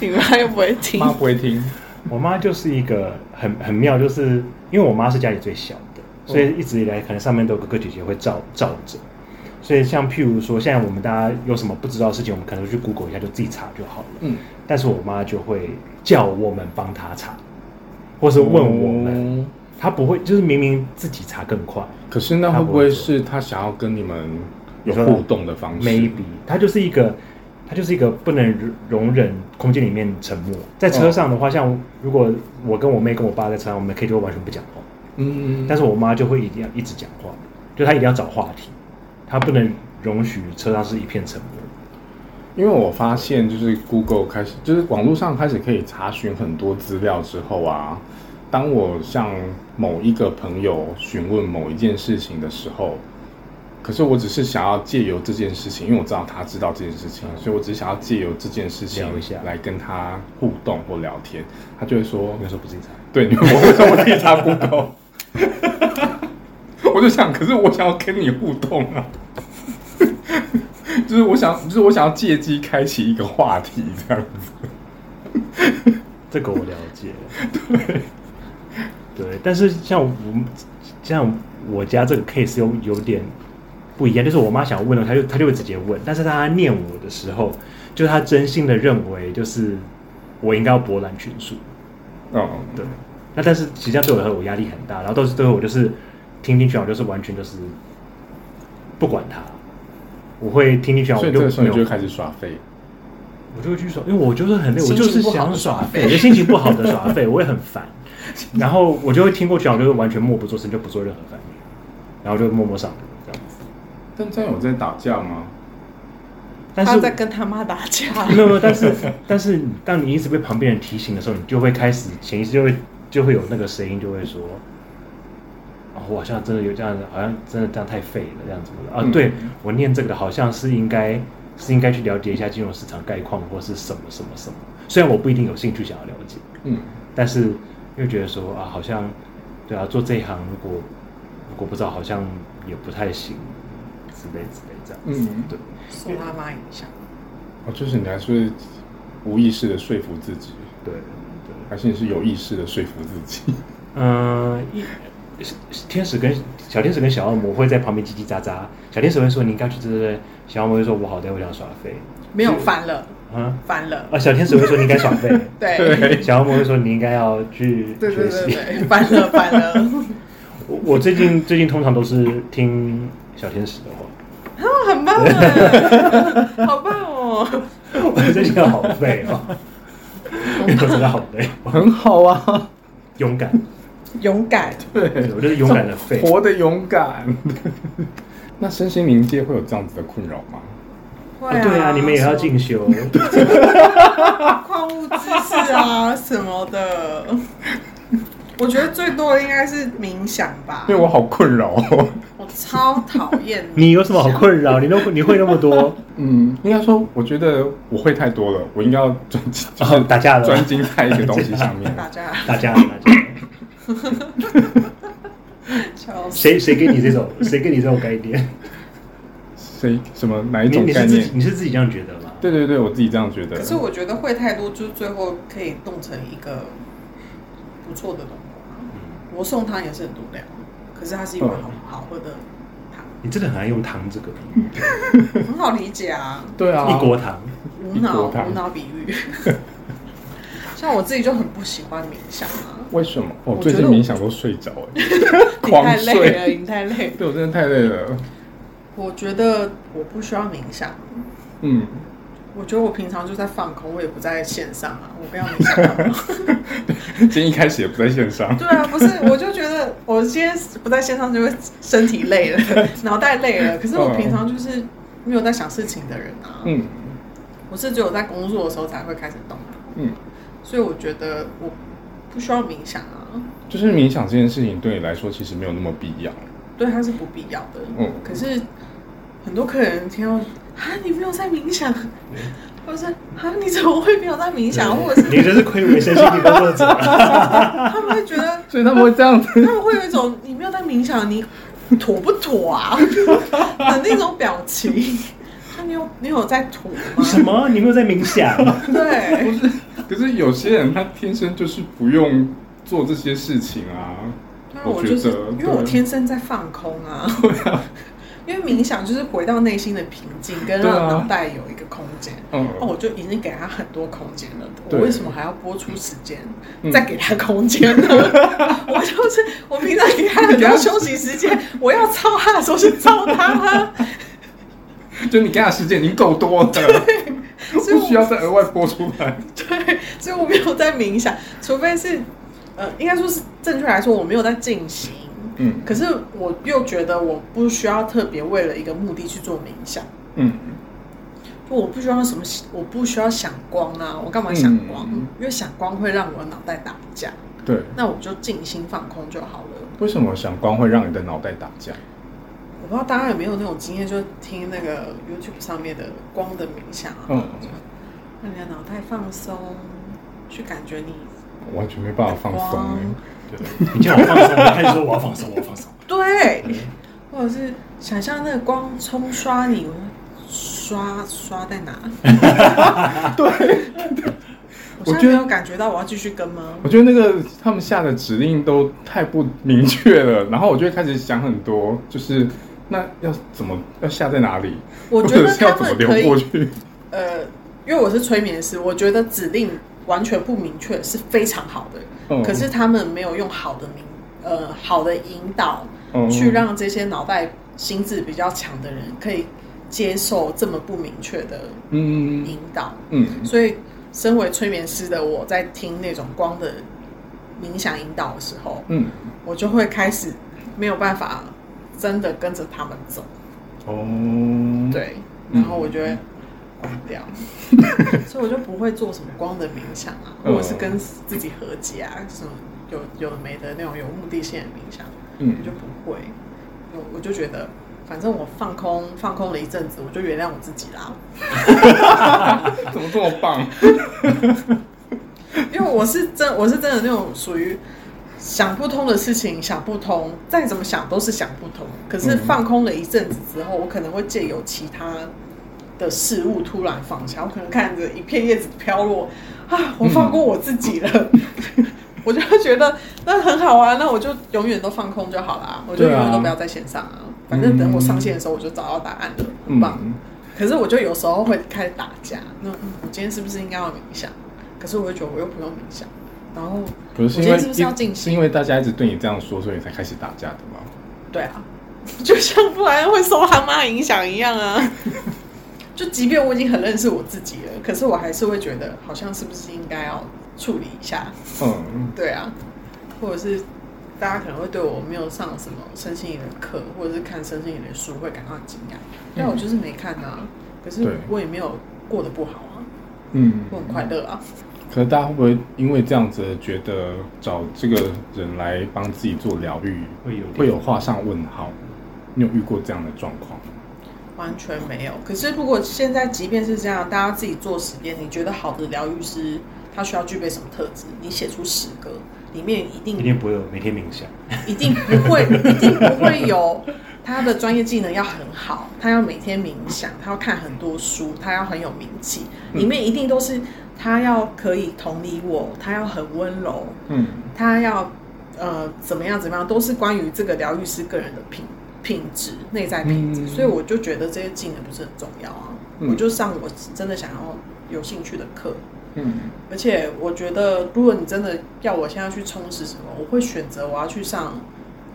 Speaker 2: 你们还不会听
Speaker 1: 妈不会听，
Speaker 3: 我妈就是一个很很妙，就是因为我妈是家里最小的，所以一直以来可能上面都有哥哥姐姐会罩罩着。所以像譬如说，现在我们大家有什么不知道的事情，我们可能去 Google 一下，就自己查就好了。
Speaker 1: 嗯，
Speaker 3: 但是我妈就会叫我们帮她查，或是问我们，
Speaker 1: 们。
Speaker 3: 她不会，就是明明自己查更快。
Speaker 1: 可是那会不会是他想要跟你们有互动的方式
Speaker 3: maybe 它就是一个，它就是一个不能容忍空间里面沉默。在车上的话，像如果我跟我妹跟我爸在车上，我们可以就完全不讲话，
Speaker 1: 嗯，
Speaker 3: 但
Speaker 1: 是
Speaker 3: 是我妈就会一定要一直讲话，就她一定要找话题，她不能容许车上是一片沉默。
Speaker 1: 因为我发现，就是 Google 开始，就是网络上开始可以查询很多资料之后啊，当我向某一个朋友询问某一件事情的时候，可是我只是想要借由这件事情，因为我知道他知道这件事情，
Speaker 3: 嗯
Speaker 1: 所以我只是想要借由这件事情
Speaker 3: 聊一下
Speaker 1: 来跟他互动或聊天，他就会说
Speaker 3: 那时候不是查，
Speaker 1: 对，你我为什么自己查 Google？我就想，可是我想要跟你互动啊， [LAUGHS] 就是我想，就是我想要借机开启一个话题这样子。
Speaker 3: [LAUGHS] 这个我了解。 [LAUGHS] 对，对，但是像我们像我家这个 case 又有点不一样，就是我妈想问了，她就她就会直接问，但是她念我的时候，就是她真心的认为就是我应该要博览群书，
Speaker 1: 嗯，
Speaker 3: 对。那但是实际上对我来说，我压力很大，然后到最后我就是听进去，我就是完全就是不管她，我会听进去，
Speaker 1: 所
Speaker 3: 我
Speaker 1: 以这
Speaker 3: 就
Speaker 1: 个时候
Speaker 3: 没
Speaker 1: 你
Speaker 3: 有
Speaker 1: 就会开始耍废。
Speaker 3: 我就会去耍，因为我就是很累，我
Speaker 2: 心
Speaker 3: 就
Speaker 2: 情
Speaker 3: 是
Speaker 2: 不好
Speaker 3: 想
Speaker 2: 的耍
Speaker 3: 废，我就心情不好的耍
Speaker 1: [LAUGHS]
Speaker 3: 废，我也很烦。然后我就会听过去，我就会完全默不作声，就不做任何反应，然后就默默上路这样子。
Speaker 1: 但这样有在打架吗？
Speaker 3: 但
Speaker 2: 他在
Speaker 3: 是
Speaker 2: 跟他妈打架，
Speaker 3: [LAUGHS] 没有没有，但是但是当你一直被旁边人提醒的时候，你就会开始潜意识就会就会有那个声音就会说。哦，我好像真的有这样子，好像真的这样太废了，这样子啊？
Speaker 1: 嗯
Speaker 3: 对我念这个的好像是应该是应该去了解一下金融市场概况或是什么什么什么，虽然我不一定有兴趣想要了解，
Speaker 1: 嗯，
Speaker 3: 但是又觉得说啊，好像对啊，做这一行如果如果不知道，好像也不太行之类之类这样子。
Speaker 1: 嗯
Speaker 3: 对，
Speaker 2: 受妈妈影响。
Speaker 1: 哦，就是你还是无意识的说服自己，
Speaker 3: 对对。
Speaker 1: 还是你是有意识的说服自己？
Speaker 3: 嗯，一天使跟小天使跟小恶魔会在旁边叽叽喳喳，小天使会说你应该去这这这，小恶魔会说我好累，我想耍废。
Speaker 2: 没有翻了，
Speaker 3: 啊
Speaker 2: 翻了，
Speaker 3: 啊，小天使会说你应该耍废，
Speaker 2: 哦对，
Speaker 3: 小恶魔会说你应该要去
Speaker 2: [LAUGHS] 对对
Speaker 3: 学
Speaker 2: 对
Speaker 3: 习。
Speaker 2: 对，翻了翻 [LAUGHS] 了。
Speaker 3: 我我最近最近通常都是听小天使的
Speaker 2: 啊，
Speaker 3: 话，
Speaker 2: 很棒 [LAUGHS] 哎，好棒哦！
Speaker 3: 我最近好累哦，我真的好累，
Speaker 1: [LAUGHS] 很好啊，
Speaker 3: 勇敢，
Speaker 2: 勇敢，
Speaker 1: [LAUGHS] 对
Speaker 3: 我就是勇敢的废。
Speaker 1: 活得勇敢。 [LAUGHS] 那身心灵界会有这样子的困扰吗？
Speaker 2: 会
Speaker 3: 哦对啊，你们也要进修，
Speaker 2: 矿物知识 [LAUGHS] 啊什么的。我觉得最多的应该是冥想吧
Speaker 1: 因，为我好困扰、哦。
Speaker 2: 我超讨厌。
Speaker 3: [LAUGHS] 你有什么好？困扰？你都你会那么多，
Speaker 1: 嗯，应该说，我觉得我会太多了，我应该要专精，就
Speaker 3: 哦
Speaker 1: 是
Speaker 3: 打架了
Speaker 1: 专精在一个东西上
Speaker 2: [LAUGHS]
Speaker 1: 面。
Speaker 2: 大家
Speaker 3: 大家大家。
Speaker 2: 笑死。
Speaker 3: 谁谁给你这种谁给你这种概
Speaker 1: [LAUGHS]
Speaker 3: 念？
Speaker 1: 谁什么哪一
Speaker 3: 你
Speaker 1: 种
Speaker 3: 你
Speaker 1: 概
Speaker 3: 是自己
Speaker 1: 念？
Speaker 3: 你是自己这样觉得吗？
Speaker 1: 对对对，我自己这样觉得
Speaker 2: 可。是我觉得会太多，就是最后可以弄成一个不错的东西。
Speaker 3: 嗯，
Speaker 2: 罗宋汤也是很多料，可是它是一碗
Speaker 1: 嗯
Speaker 2: 好好喝的汤，
Speaker 3: 你真的很爱用糖这个
Speaker 2: 嗯
Speaker 3: [LAUGHS]
Speaker 2: 很好理解
Speaker 1: [LAUGHS]
Speaker 2: 啊。
Speaker 1: 对啊，
Speaker 3: 一锅糖，
Speaker 2: 无脑
Speaker 1: 一锅汤
Speaker 2: 无脑比
Speaker 1: [LAUGHS]
Speaker 2: 喻。像我自己就很不喜欢冥想
Speaker 1: [LAUGHS]
Speaker 2: 啊，
Speaker 1: 为什么？我
Speaker 2: 我
Speaker 1: 最
Speaker 2: 觉
Speaker 1: 近
Speaker 2: 得
Speaker 1: 冥想都睡着哎、
Speaker 2: 你
Speaker 1: [LAUGHS] 狂
Speaker 2: 太累
Speaker 1: 睡
Speaker 2: 了，你太累了。
Speaker 1: 对我真的太累了。
Speaker 2: 我觉得我不需要冥想，
Speaker 1: 嗯，
Speaker 2: 我觉得我平常就在放空，我也不在线上啊，我不要冥想
Speaker 1: [LAUGHS]
Speaker 2: 干嘛。
Speaker 1: 今天一开始也不在线上。
Speaker 2: 对啊，不是，我就觉得我今天不在线上就会身体累
Speaker 1: [LAUGHS]
Speaker 2: 了，脑袋累了。可是我平常就是没有在想事情的人啊，
Speaker 1: 嗯
Speaker 2: 我是只有在工作的时候才会开始动啊，
Speaker 1: 嗯，
Speaker 2: 所以我觉得我不需要冥想啊，
Speaker 1: 就是冥想这件事情对你来说其实没有那么必要。
Speaker 2: 对它是不必要的。
Speaker 1: 嗯
Speaker 2: 可是很多客人听到啊，你没有在冥想， [LAUGHS] 或者是啊，你怎么会没有在冥想，
Speaker 1: 嗯
Speaker 2: 或者是
Speaker 3: 你这是亏为身心灵工作者。
Speaker 2: 他们会觉得。
Speaker 1: [LAUGHS] 所以他们会这样子。
Speaker 2: 他们会有一种你没有在冥想，你妥不妥啊 [LAUGHS] 的那种表情。那你有你有在妥
Speaker 3: [LAUGHS] 什
Speaker 2: 吗？
Speaker 3: 么？你没有在冥想？ [LAUGHS]
Speaker 1: [LAUGHS]
Speaker 2: 对，
Speaker 1: 可是有些人他天生就是不用做这些事情啊。
Speaker 2: 那
Speaker 1: 我
Speaker 2: 我
Speaker 1: 觉
Speaker 2: 就
Speaker 1: 得
Speaker 2: 是因为我
Speaker 1: 对啊
Speaker 2: 天生在放空啊。 [LAUGHS] 因为冥想就是回到内心的平静，跟
Speaker 1: 对啊
Speaker 2: 让脑袋有一个空间。
Speaker 1: 嗯，
Speaker 2: 哦，我就已经给他很多空间了，我
Speaker 1: 对
Speaker 2: 为什么还要播出时间
Speaker 1: 嗯
Speaker 2: 再给他空间呢？ [LAUGHS] 我就是我平常给他很多休息时间，我要操他的时候就操他啊，
Speaker 1: 就你给他的时间已经够多了，
Speaker 2: 所以
Speaker 1: 不
Speaker 2: 我
Speaker 1: 需要再额外播出来。
Speaker 2: [LAUGHS] 对，所以我没有在冥想，除非是，呃，应该说是正确来说，我没有在进行。
Speaker 1: 嗯
Speaker 2: 可是我又觉得我不需要特别为了一个目的去做冥想，
Speaker 1: 嗯，
Speaker 2: 就我不需要什么，我不需要想光啊，我干嘛想光？
Speaker 1: 嗯
Speaker 2: 因为想光会让我脑袋打架，
Speaker 1: 对。
Speaker 2: 那我就静心放空就好了。
Speaker 1: 为什么想光会让你的脑袋打架？
Speaker 2: 我不知道大家有没有那种经验，就是听那个 YouTube 上面的光的冥想啊，
Speaker 1: 嗯，
Speaker 2: 让你的脑袋放松，去感觉你
Speaker 1: 完全没办法放松
Speaker 2: 光
Speaker 1: 欸、
Speaker 3: 你叫我放松，我开始说我要放松，我要放松。
Speaker 2: 对，
Speaker 1: 嗯
Speaker 2: 或者是想象那个光冲刷你，我刷刷在哪？ [LAUGHS] 对，我现在没有感觉到我要继续跟吗？
Speaker 1: 我觉得那个他们下的指令都太不明确了，然后我就会开始想很多，就是那要怎么要下在哪里，
Speaker 2: 我觉
Speaker 1: 或者
Speaker 2: 得
Speaker 1: 是要
Speaker 2: 他
Speaker 1: 怎么
Speaker 2: 们
Speaker 1: 流
Speaker 2: 可以
Speaker 1: 过，去。
Speaker 2: 呃，因为我是催眠师，我觉得指令完全不明确是非常好的，
Speaker 1: 嗯
Speaker 2: 可是他们没有用好的明呃好的引导
Speaker 1: 嗯
Speaker 2: 去让这些脑袋心智比较强的人可以接受这么不明确的
Speaker 1: 嗯
Speaker 2: 引导。
Speaker 1: 嗯
Speaker 2: 所以，身为催眠师的我在听那种光的冥想引导的时候，
Speaker 1: 嗯
Speaker 2: 我就会开始没有办法真的跟着他们走，
Speaker 1: 哦，，
Speaker 2: 对，
Speaker 1: 嗯
Speaker 2: 然后我就会关掉，
Speaker 1: [LAUGHS]
Speaker 2: 所以我就不会做什么光的冥想啊，
Speaker 1: 嗯
Speaker 2: 或者是跟自己和解啊，什么有有的没的那种有目的性的冥想，
Speaker 1: 嗯
Speaker 2: 我就不会，我我就觉得。反正我放空，放空了一阵子，我就原谅我自己啦。
Speaker 1: 怎么这么棒？
Speaker 2: [LAUGHS] 因为我是真我是真的那种属于想不通的事情想不通，再怎么想都是想不通。可是
Speaker 1: 嗯
Speaker 2: 放空了一阵子之后，我可能会借由其他的事物突然放下。我可能看着一片叶子飘落，啊，我放过我自己了。
Speaker 1: [LAUGHS]
Speaker 2: 我就会觉得那很好啊，那我就永远都放空就好啦，我就永
Speaker 1: 对
Speaker 2: 远
Speaker 1: 啊
Speaker 2: 都不要在线上啊。反正等我上线的时候，我就找到答案了，很棒。
Speaker 1: 嗯，
Speaker 2: 可是我就有时候会开始打架，那嗯，我今天是不是应该要冥想？可是我会觉得我又不用冥想，然后
Speaker 1: 不是因
Speaker 2: 我今
Speaker 1: 为
Speaker 2: 天是不是要进
Speaker 1: 是因为大家一直对你这样说，所以你才开始打架的吗？
Speaker 2: 对啊， [LAUGHS] 就像布莱恩会受他妈影响一样啊。 [LAUGHS] 就即便我已经很认识我自己了，可是我还是会觉得好像是不是应该要处理一下？
Speaker 1: 嗯，
Speaker 2: 对啊，或者是大家可能会对我没有上什么身心灵的课，或者是看身心灵的书会感到惊讶，但我就是没看啊。可
Speaker 1: 对
Speaker 2: 是我也没有过得不好啊，
Speaker 1: 嗯
Speaker 2: 我很快乐啊。
Speaker 1: 可是大家会不会因为这样子觉得找这个人来帮自己做疗愈，
Speaker 2: 嗯
Speaker 3: 会有点
Speaker 1: 会有画上问号？你有遇过这样的状况？
Speaker 2: 完全没有。可是如果现在即便是这样，大家自己做实验，你觉得好的疗愈师他需要具备什么特质？你写出十个，里面一
Speaker 3: 一
Speaker 2: 定
Speaker 3: 定不会有每天冥想，
Speaker 2: [LAUGHS] 一定不会， [LAUGHS] 一定不会有他的专业技能要很好，他要每天冥想，他要看很多书，他要很有名气，里面一定都是他要可以同理我，他要很温柔，
Speaker 1: 嗯
Speaker 2: 他要呃怎么样怎么样，都是关于这个疗愈师个人的品品质、内在品质。
Speaker 1: 嗯
Speaker 2: 所以我就觉得这些技能不是很重要啊，
Speaker 1: 嗯
Speaker 2: 我就上我真的想要有兴趣的课。
Speaker 1: 嗯
Speaker 2: 而且我觉得，如果你真的要我现在去充实什么，我会选择我要去上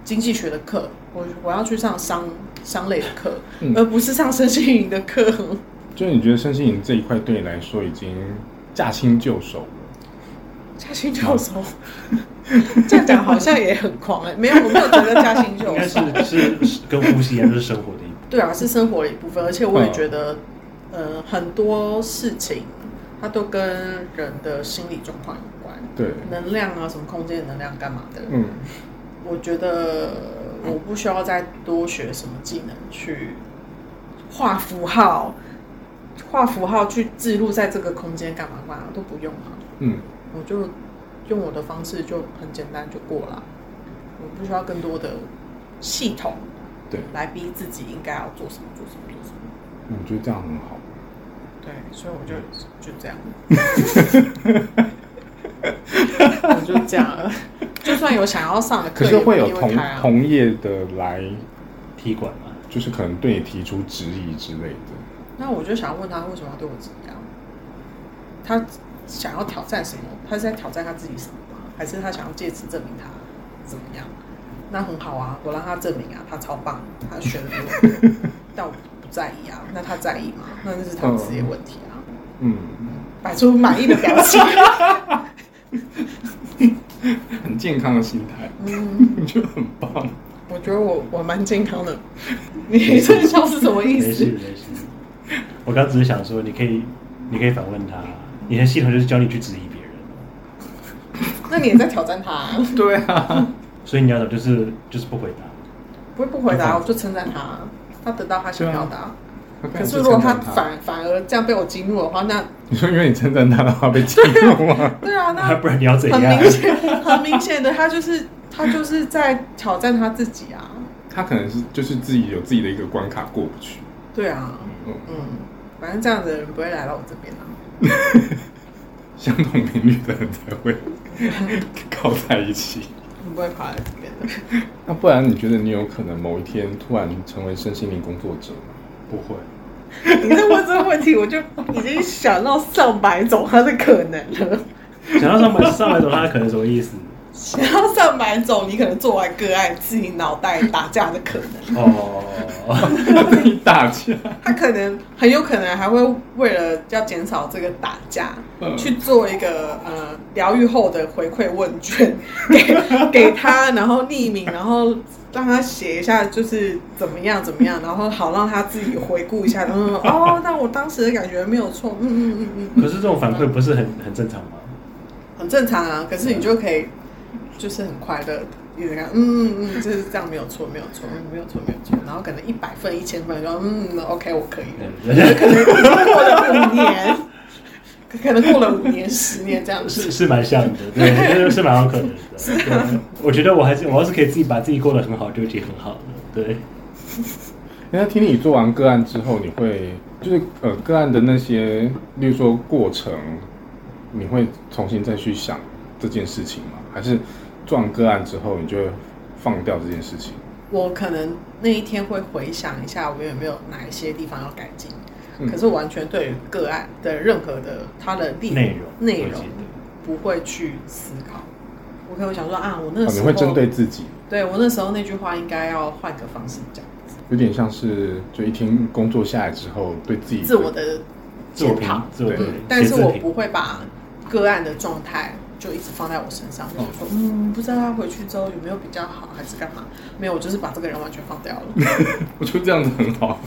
Speaker 2: 经济学的课，我我要去上商商类的课，
Speaker 1: 嗯
Speaker 2: 而不是上身心灵的课。
Speaker 1: 就是你觉得身心灵这一块对你来说已经驾轻就熟了？
Speaker 2: 嘉欣教授， [LAUGHS] 这样讲好像也很狂哎、没有，我没有觉得嘉欣
Speaker 3: [LAUGHS] 应
Speaker 2: 教
Speaker 3: 该
Speaker 2: 授。
Speaker 3: 是是是跟呼吸一样，就是生活的一部
Speaker 2: 对啊，是生活的一部分，而且我也
Speaker 1: 嗯
Speaker 2: 觉得，呃，很多事情它都跟人的心理状况有关，
Speaker 1: 对，
Speaker 2: 能量啊，什么空间的能量干嘛的。
Speaker 1: 嗯
Speaker 2: 我觉得我不需要再多学什么技能去画符号，画符号去记录在这个空间干嘛干嘛都不用啊，
Speaker 1: 嗯，
Speaker 2: 我就用我的方式就很简单就过了，我不需要更多的系统
Speaker 1: 对，
Speaker 2: 来逼自己应该要做什么做什么做什么。
Speaker 1: 我觉得这样很好。
Speaker 2: 对，所以我就就这样，
Speaker 1: [LAUGHS]
Speaker 2: 我就这样了。就算有想要上的课，
Speaker 1: 可是会有
Speaker 2: 也不一
Speaker 1: 同
Speaker 2: 定会开啊。
Speaker 1: 同业的来，
Speaker 3: 踢馆嘛。
Speaker 1: 就是可能对你提出质疑之类的。
Speaker 2: 那我就想问他为什么要对我这样？他想要挑战什么？他是在挑战他自己什么吗？还是他想要借此证明他怎么样？那很好啊，我让他证明啊，他超棒，他选的比我多，但我不在意啊。那他在意吗？那就是他自己的问题
Speaker 1: [LAUGHS]
Speaker 2: 啊。
Speaker 1: 嗯，
Speaker 2: 摆出满意的表情。
Speaker 1: 很健康的心态，
Speaker 2: 嗯，
Speaker 1: 我觉得很棒。
Speaker 2: 我觉得我我蛮健康的。你这笑是什么意
Speaker 3: 没事
Speaker 2: 思？
Speaker 3: 没事，我刚只是想说，你可以你可以反问他，你的系统就是教你去质疑别人，
Speaker 2: 那你也在挑战他、啊？
Speaker 1: 对啊，
Speaker 3: 所以你要的就是就是不回答，
Speaker 2: 不会不回答，我就称赞他，他得到他想要的啊、可是如果他反反而这样被我激怒的话，那
Speaker 1: 你说因为你称赞他的话被激怒吗？
Speaker 2: 对啊，那
Speaker 3: 不然你要怎
Speaker 2: 很
Speaker 3: 样？
Speaker 2: 明显，很明显的，他就是他就是在挑战他自己啊。
Speaker 1: 他可能是就是自己有自己的一个关卡过不去。
Speaker 2: 对啊，
Speaker 1: 嗯，
Speaker 2: 嗯，反正这样的人不会来到我这边啊。
Speaker 1: 相同频率的人才会靠在一起。
Speaker 2: 你不会跑来这边的， [LAUGHS]
Speaker 1: 那不然你觉得你有可能某一天突然成为身心灵工作者吗？
Speaker 3: 不会，
Speaker 2: 你在问这个问题，我就已经想到上百种他的可能了。
Speaker 3: 想到上百上百种他可能什么意思？
Speaker 2: [LAUGHS] 想要上百种，你可能做完个案，自己脑袋打架的可能。
Speaker 3: 哦，
Speaker 1: [LAUGHS] 一大家，
Speaker 2: 他可能很有可能还会为了要减少这个打架，
Speaker 1: 嗯
Speaker 2: 去做一个呃疗愈后的回馈问卷 [LAUGHS] 给给他，然后匿名，然后让他写一下就是怎么样怎么样，然后好让他自己回顾一下，然后说哦，那我当时的感觉没有错，嗯嗯嗯嗯，
Speaker 3: [LAUGHS] 可是这种反馈不是很很正常吗？
Speaker 2: 很正常啊。可是你就可以就是很快乐。一直看，嗯嗯嗯，就是这样，没有错，没有错，嗯没有错，没有错。然后可能一百分、一千分，然后嗯，OK，我可以了。
Speaker 3: 对 [LAUGHS]
Speaker 2: 可能已经过了五年， [LAUGHS] 可可能过了五年、十年这样子。
Speaker 3: 是是蛮像的，对， [LAUGHS] 就是是蛮有可能的。对，我觉得我还是我要是可以自己把自己过得很好，就已经很好了。对，
Speaker 1: 因为听你做完个案之后，你会就是呃个案的那些，例如说过程，你会重新再去想这件事情吗？还是做完个案之后，你就会放掉这件事情？
Speaker 2: 我可能那一天会回想一下，我有没有哪一些地方要改进。
Speaker 1: 嗯
Speaker 2: 可是完全对于个案的任何的它的例
Speaker 3: 内容
Speaker 2: 内
Speaker 3: 我
Speaker 2: 容
Speaker 3: 记得
Speaker 2: 不会去思考。我可能会想说啊，我那
Speaker 1: 哦
Speaker 2: 时
Speaker 1: 你
Speaker 2: 候、
Speaker 1: 会针对自己，
Speaker 2: 对我那时候那句话应该要换个方式讲，
Speaker 1: 有点像是就一天工作下来之后，对自己
Speaker 2: 自我的
Speaker 3: 自我
Speaker 2: 检
Speaker 3: 评
Speaker 2: 讨。，
Speaker 3: 自我
Speaker 1: 对
Speaker 3: 评
Speaker 1: 嗯，
Speaker 2: 但是
Speaker 3: 写
Speaker 2: 我
Speaker 3: 自评
Speaker 2: 不会把个案的状态就一直放在我身上，就是说，嗯，不知道他回去之后有没有比较好，还是干嘛？没有，我就是把这个人完全放掉了。
Speaker 3: [LAUGHS]
Speaker 1: 我觉得这样子很好。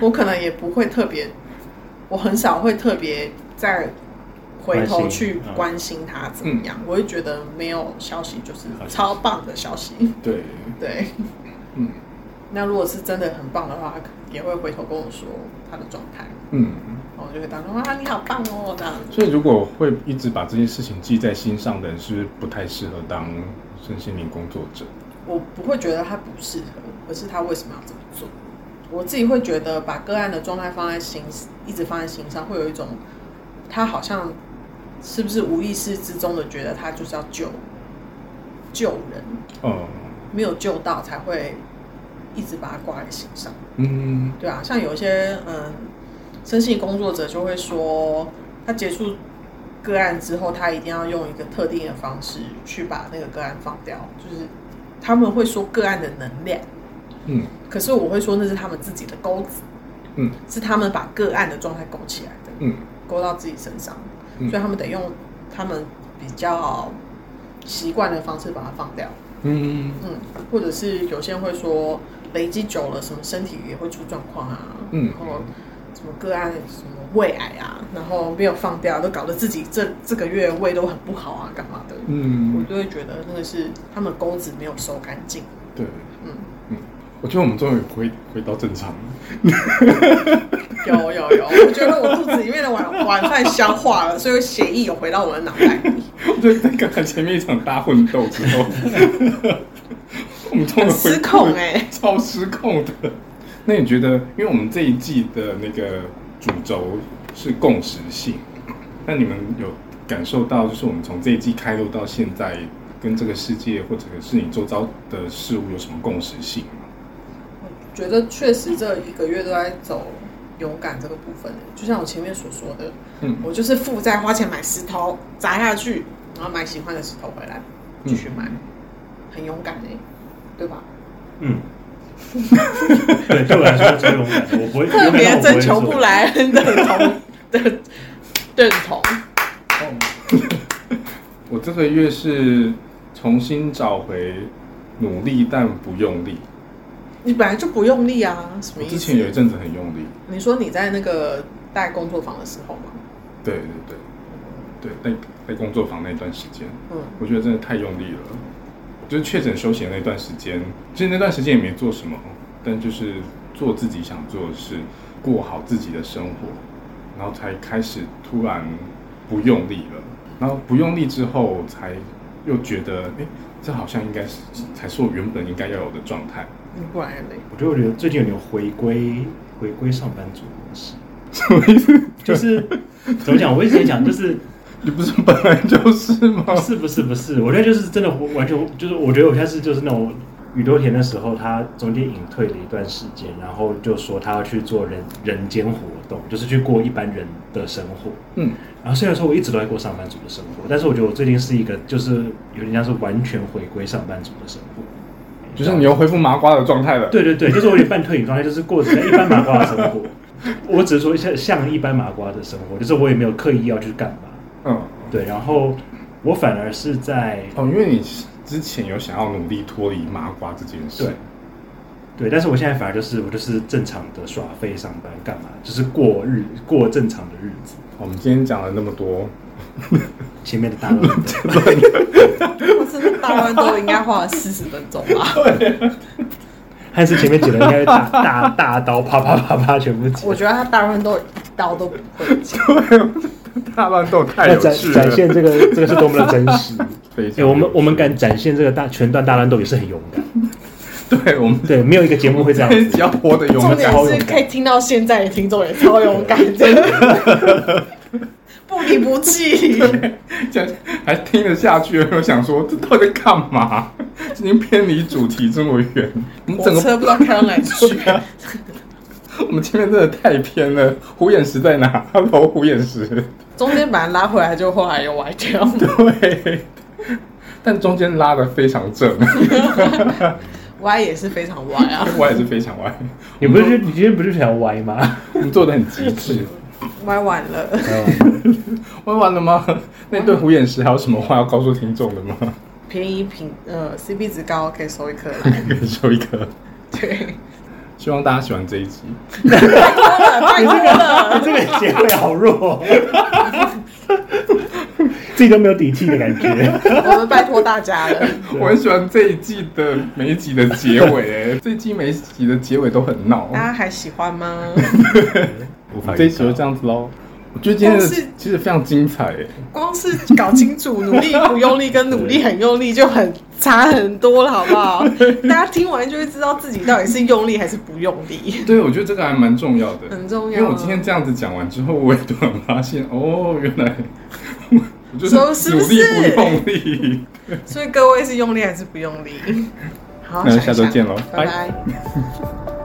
Speaker 2: 我可能也不会特别，我很少会特别再回头
Speaker 3: 关心
Speaker 2: 去
Speaker 3: 嗯
Speaker 2: 关心他怎么样。我会觉得没有消息就是
Speaker 3: 好消息
Speaker 2: 超棒的消息，
Speaker 1: 对，
Speaker 2: [LAUGHS] 对。
Speaker 1: 嗯
Speaker 2: 那如果是真的很棒的话，他可也会回头跟我说他的状态，
Speaker 1: 嗯。
Speaker 2: 然后我就会当说啊，你好棒哦这样子。
Speaker 1: 所以，如果会一直把这些事情记在心上的人，是不是不太适合当身心灵工作者？
Speaker 2: 我不会觉得他不适合，而是他为什么要这么做。我自己会觉得把个案的状态放在心，一直放在心上，会有一种他好像是不是无意识之中的觉得他就是要救救人，
Speaker 1: 嗯
Speaker 2: 没有救到才会一直把它挂在心上。
Speaker 1: 嗯
Speaker 2: 对啊，像有一些嗯，身心工作者就会说，他结束个案之后，他一定要用一个特定的方式去把那个个案放掉，就是他们会说个案的能量，
Speaker 1: 嗯
Speaker 2: 可是我会说那是他们自己的钩子，
Speaker 1: 嗯
Speaker 2: 是他们把个案的状态勾起来的，
Speaker 1: 嗯
Speaker 2: 勾到自己身上，
Speaker 1: 嗯
Speaker 2: 所以他们得用他们比较习惯的方式把它放掉。
Speaker 1: 嗯
Speaker 2: 嗯，或者是有些人会说，累积久了，什么身体也会出状况啊，
Speaker 1: 嗯
Speaker 2: 然后什么个案什么胃癌啊，然后没有放掉，都搞得自己这这个月胃都很不好啊，干嘛的？我
Speaker 1: 嗯，
Speaker 2: 就会觉得那个是他们钩子没有收干净，
Speaker 1: 对，
Speaker 2: 嗯，
Speaker 1: 我觉得我们终于回回到正常了。 [LAUGHS]
Speaker 2: 有有有，我觉得我肚子里面的晚晚饭消化了，所以血液有回到我的脑袋
Speaker 1: [LAUGHS]
Speaker 2: 里，
Speaker 1: 我觉得在刚才前面一场大混斗之后， [LAUGHS] 我们终于
Speaker 2: 很
Speaker 1: 回
Speaker 2: 失控哎、
Speaker 1: 超失控的。那你觉得，因为我们这一季的那个主轴是共识性，那你们有感受到，就是我们从这一季开录到现在，跟这个世界或者是你周遭的事物有什么共识性吗？
Speaker 2: 我觉得确实这一个月都在走勇敢这个部分，就像我前面所说的，
Speaker 1: 嗯
Speaker 2: 我就是负债花钱买石头砸下去，然后买喜欢的石头回来
Speaker 1: 嗯
Speaker 2: 继续买，很勇敢哎、对
Speaker 1: [LAUGHS]
Speaker 2: 吧？
Speaker 3: [LAUGHS] 嗯，对，对我来说超勇敢的，我不会
Speaker 2: 特别征求布
Speaker 3: 不。
Speaker 2: 莱恩的同 [LAUGHS] 的认同，
Speaker 1: 我这个月是重新找回努力但不用力。
Speaker 2: 你本来就不用力啊，什
Speaker 1: 我
Speaker 2: 么
Speaker 1: 之
Speaker 2: 意
Speaker 1: 前有
Speaker 2: 思？
Speaker 1: 一阵子很用力，
Speaker 2: 你说你在那个带工作坊的时候吗？
Speaker 1: 对对对，对，在在工作坊那段时间。
Speaker 2: 嗯，
Speaker 1: 我觉得真的太用力了。就是确诊休息的那段时间，其实那段时间也没做什么，但就是做自己想做的事，过好自己的生活，然后才开始突然不用力了。然后不用力之后，才又觉得，哎，这好像应该是才是我原本应该要有的状态。
Speaker 2: 你布莱恩嘞， [LAUGHS]
Speaker 3: 我觉得我有最近有点回归回归上班族模式，什么意思？就是怎么讲？我一直在讲，就是
Speaker 1: 你不是本来就是吗？
Speaker 3: 不 [LAUGHS] 是不是不是，我觉得就是真的完全就是，我觉得我现在是就是那种宇多田的时候，他中间隐退了一段时间，然后就说他要去做人人间活动，就是去过一般人的生活。
Speaker 1: 嗯
Speaker 3: 然后虽然说我一直都在过上班族的生活，但是我觉得我最近是一个就是有点像是完全回归上班族的生活，
Speaker 1: 就是你又恢复麻瓜的状态了。
Speaker 3: 对对对，就是我有点半退隐状态，就是过着一般麻瓜的生活。 [LAUGHS] 我只是说像像一般麻瓜的生活，就是我也没有刻意要去干嘛。
Speaker 1: 嗯，
Speaker 3: 对，然后我反而是在
Speaker 1: 哦，因为你之前有想要努力脱离麻瓜这件事。
Speaker 3: 对对，但是我现在反而就是我就是正常的耍废上班干嘛，就是过日过正常的日子。
Speaker 1: 我们今天讲了那么多，
Speaker 3: 前面的大乱斗
Speaker 2: 我真的大乱斗应该花了四十分钟吧。
Speaker 1: [LAUGHS]
Speaker 3: 还是前面剪的应该大大大刀啪啪啪啪全部剪
Speaker 2: 我。觉得他大部分都一刀都不会剪，
Speaker 1: [LAUGHS] 大乱斗太
Speaker 3: 要
Speaker 1: 有
Speaker 3: 展
Speaker 1: 趣
Speaker 3: 展
Speaker 1: 了，
Speaker 3: 现这个这个是多么的真 [LAUGHS] 实。
Speaker 1: 非
Speaker 3: 哎，
Speaker 1: 常
Speaker 3: 我们
Speaker 1: 有
Speaker 3: 我们
Speaker 1: 趣
Speaker 3: 敢展现这个大全段大乱斗也是很勇敢，
Speaker 1: [LAUGHS] 对我们
Speaker 3: 对，没有一个节目 [LAUGHS] 会这样
Speaker 1: 只
Speaker 3: 子。
Speaker 1: 要活得勇
Speaker 2: 重
Speaker 1: 敢
Speaker 2: 点，是可以听到现在的听众也超勇敢的， [LAUGHS] 不离不弃。
Speaker 1: 这样还听得下去。我想说，这到底在干嘛？ [LAUGHS] 已经偏离主题这么远，我们整
Speaker 2: 火
Speaker 1: 个
Speaker 2: 车不知道开到哪里去，
Speaker 1: 我们前面真的太偏了。虎眼石在哪？Hello，虎眼石。
Speaker 2: 中间把它拉回来，就后来又歪掉。
Speaker 1: [LAUGHS] 对，但中间拉的非常正， [LAUGHS]
Speaker 2: 歪也是非常歪啊，
Speaker 1: 歪也是非常歪。
Speaker 3: 你不是你今天不是想歪吗？
Speaker 1: 我们做的很极致。
Speaker 2: 歪完了。
Speaker 1: 歪完了吗？ [LAUGHS] 那对虎眼石还有什么话要告诉听众的吗？ [LAUGHS]
Speaker 2: 便宜品呃 CP 值高，可以收一颗来。
Speaker 1: 可以收一颗。
Speaker 2: [LAUGHS] 对，
Speaker 1: 希望大家喜欢这一集。
Speaker 2: 拜托了，
Speaker 3: 这个结尾好弱，哦 [LAUGHS] 自己都没有底气的感觉。
Speaker 2: 我们拜托大家 [LAUGHS] 了。
Speaker 1: 我很喜欢这一季的每一集的结 [LAUGHS] 尾、哎，这一季每一集的结尾都很闹。
Speaker 2: 大家还喜欢吗？
Speaker 3: 无法
Speaker 1: 啊这一集就这样子喽。我觉得今天的其实非常精彩、哎，
Speaker 2: 光是搞清楚努力不用力跟努力很用力就很差很多了，好不 [LAUGHS] 好？大家听完就会知道自己到底是用力还是不用力，
Speaker 1: 对，我觉得这个还蛮重要的，
Speaker 2: 很重
Speaker 1: 因
Speaker 2: 要。
Speaker 1: 为我今天这样子讲完之后，我也突然发现，哦，原来我就
Speaker 2: 说
Speaker 1: 是
Speaker 2: 是
Speaker 1: [LAUGHS] 努
Speaker 2: 不
Speaker 1: 力
Speaker 2: 是
Speaker 1: 不用力。
Speaker 2: 所以各位是用力还是不用力？好，
Speaker 1: 那就
Speaker 2: 想一
Speaker 1: 下周见喽拜
Speaker 2: 拜拜。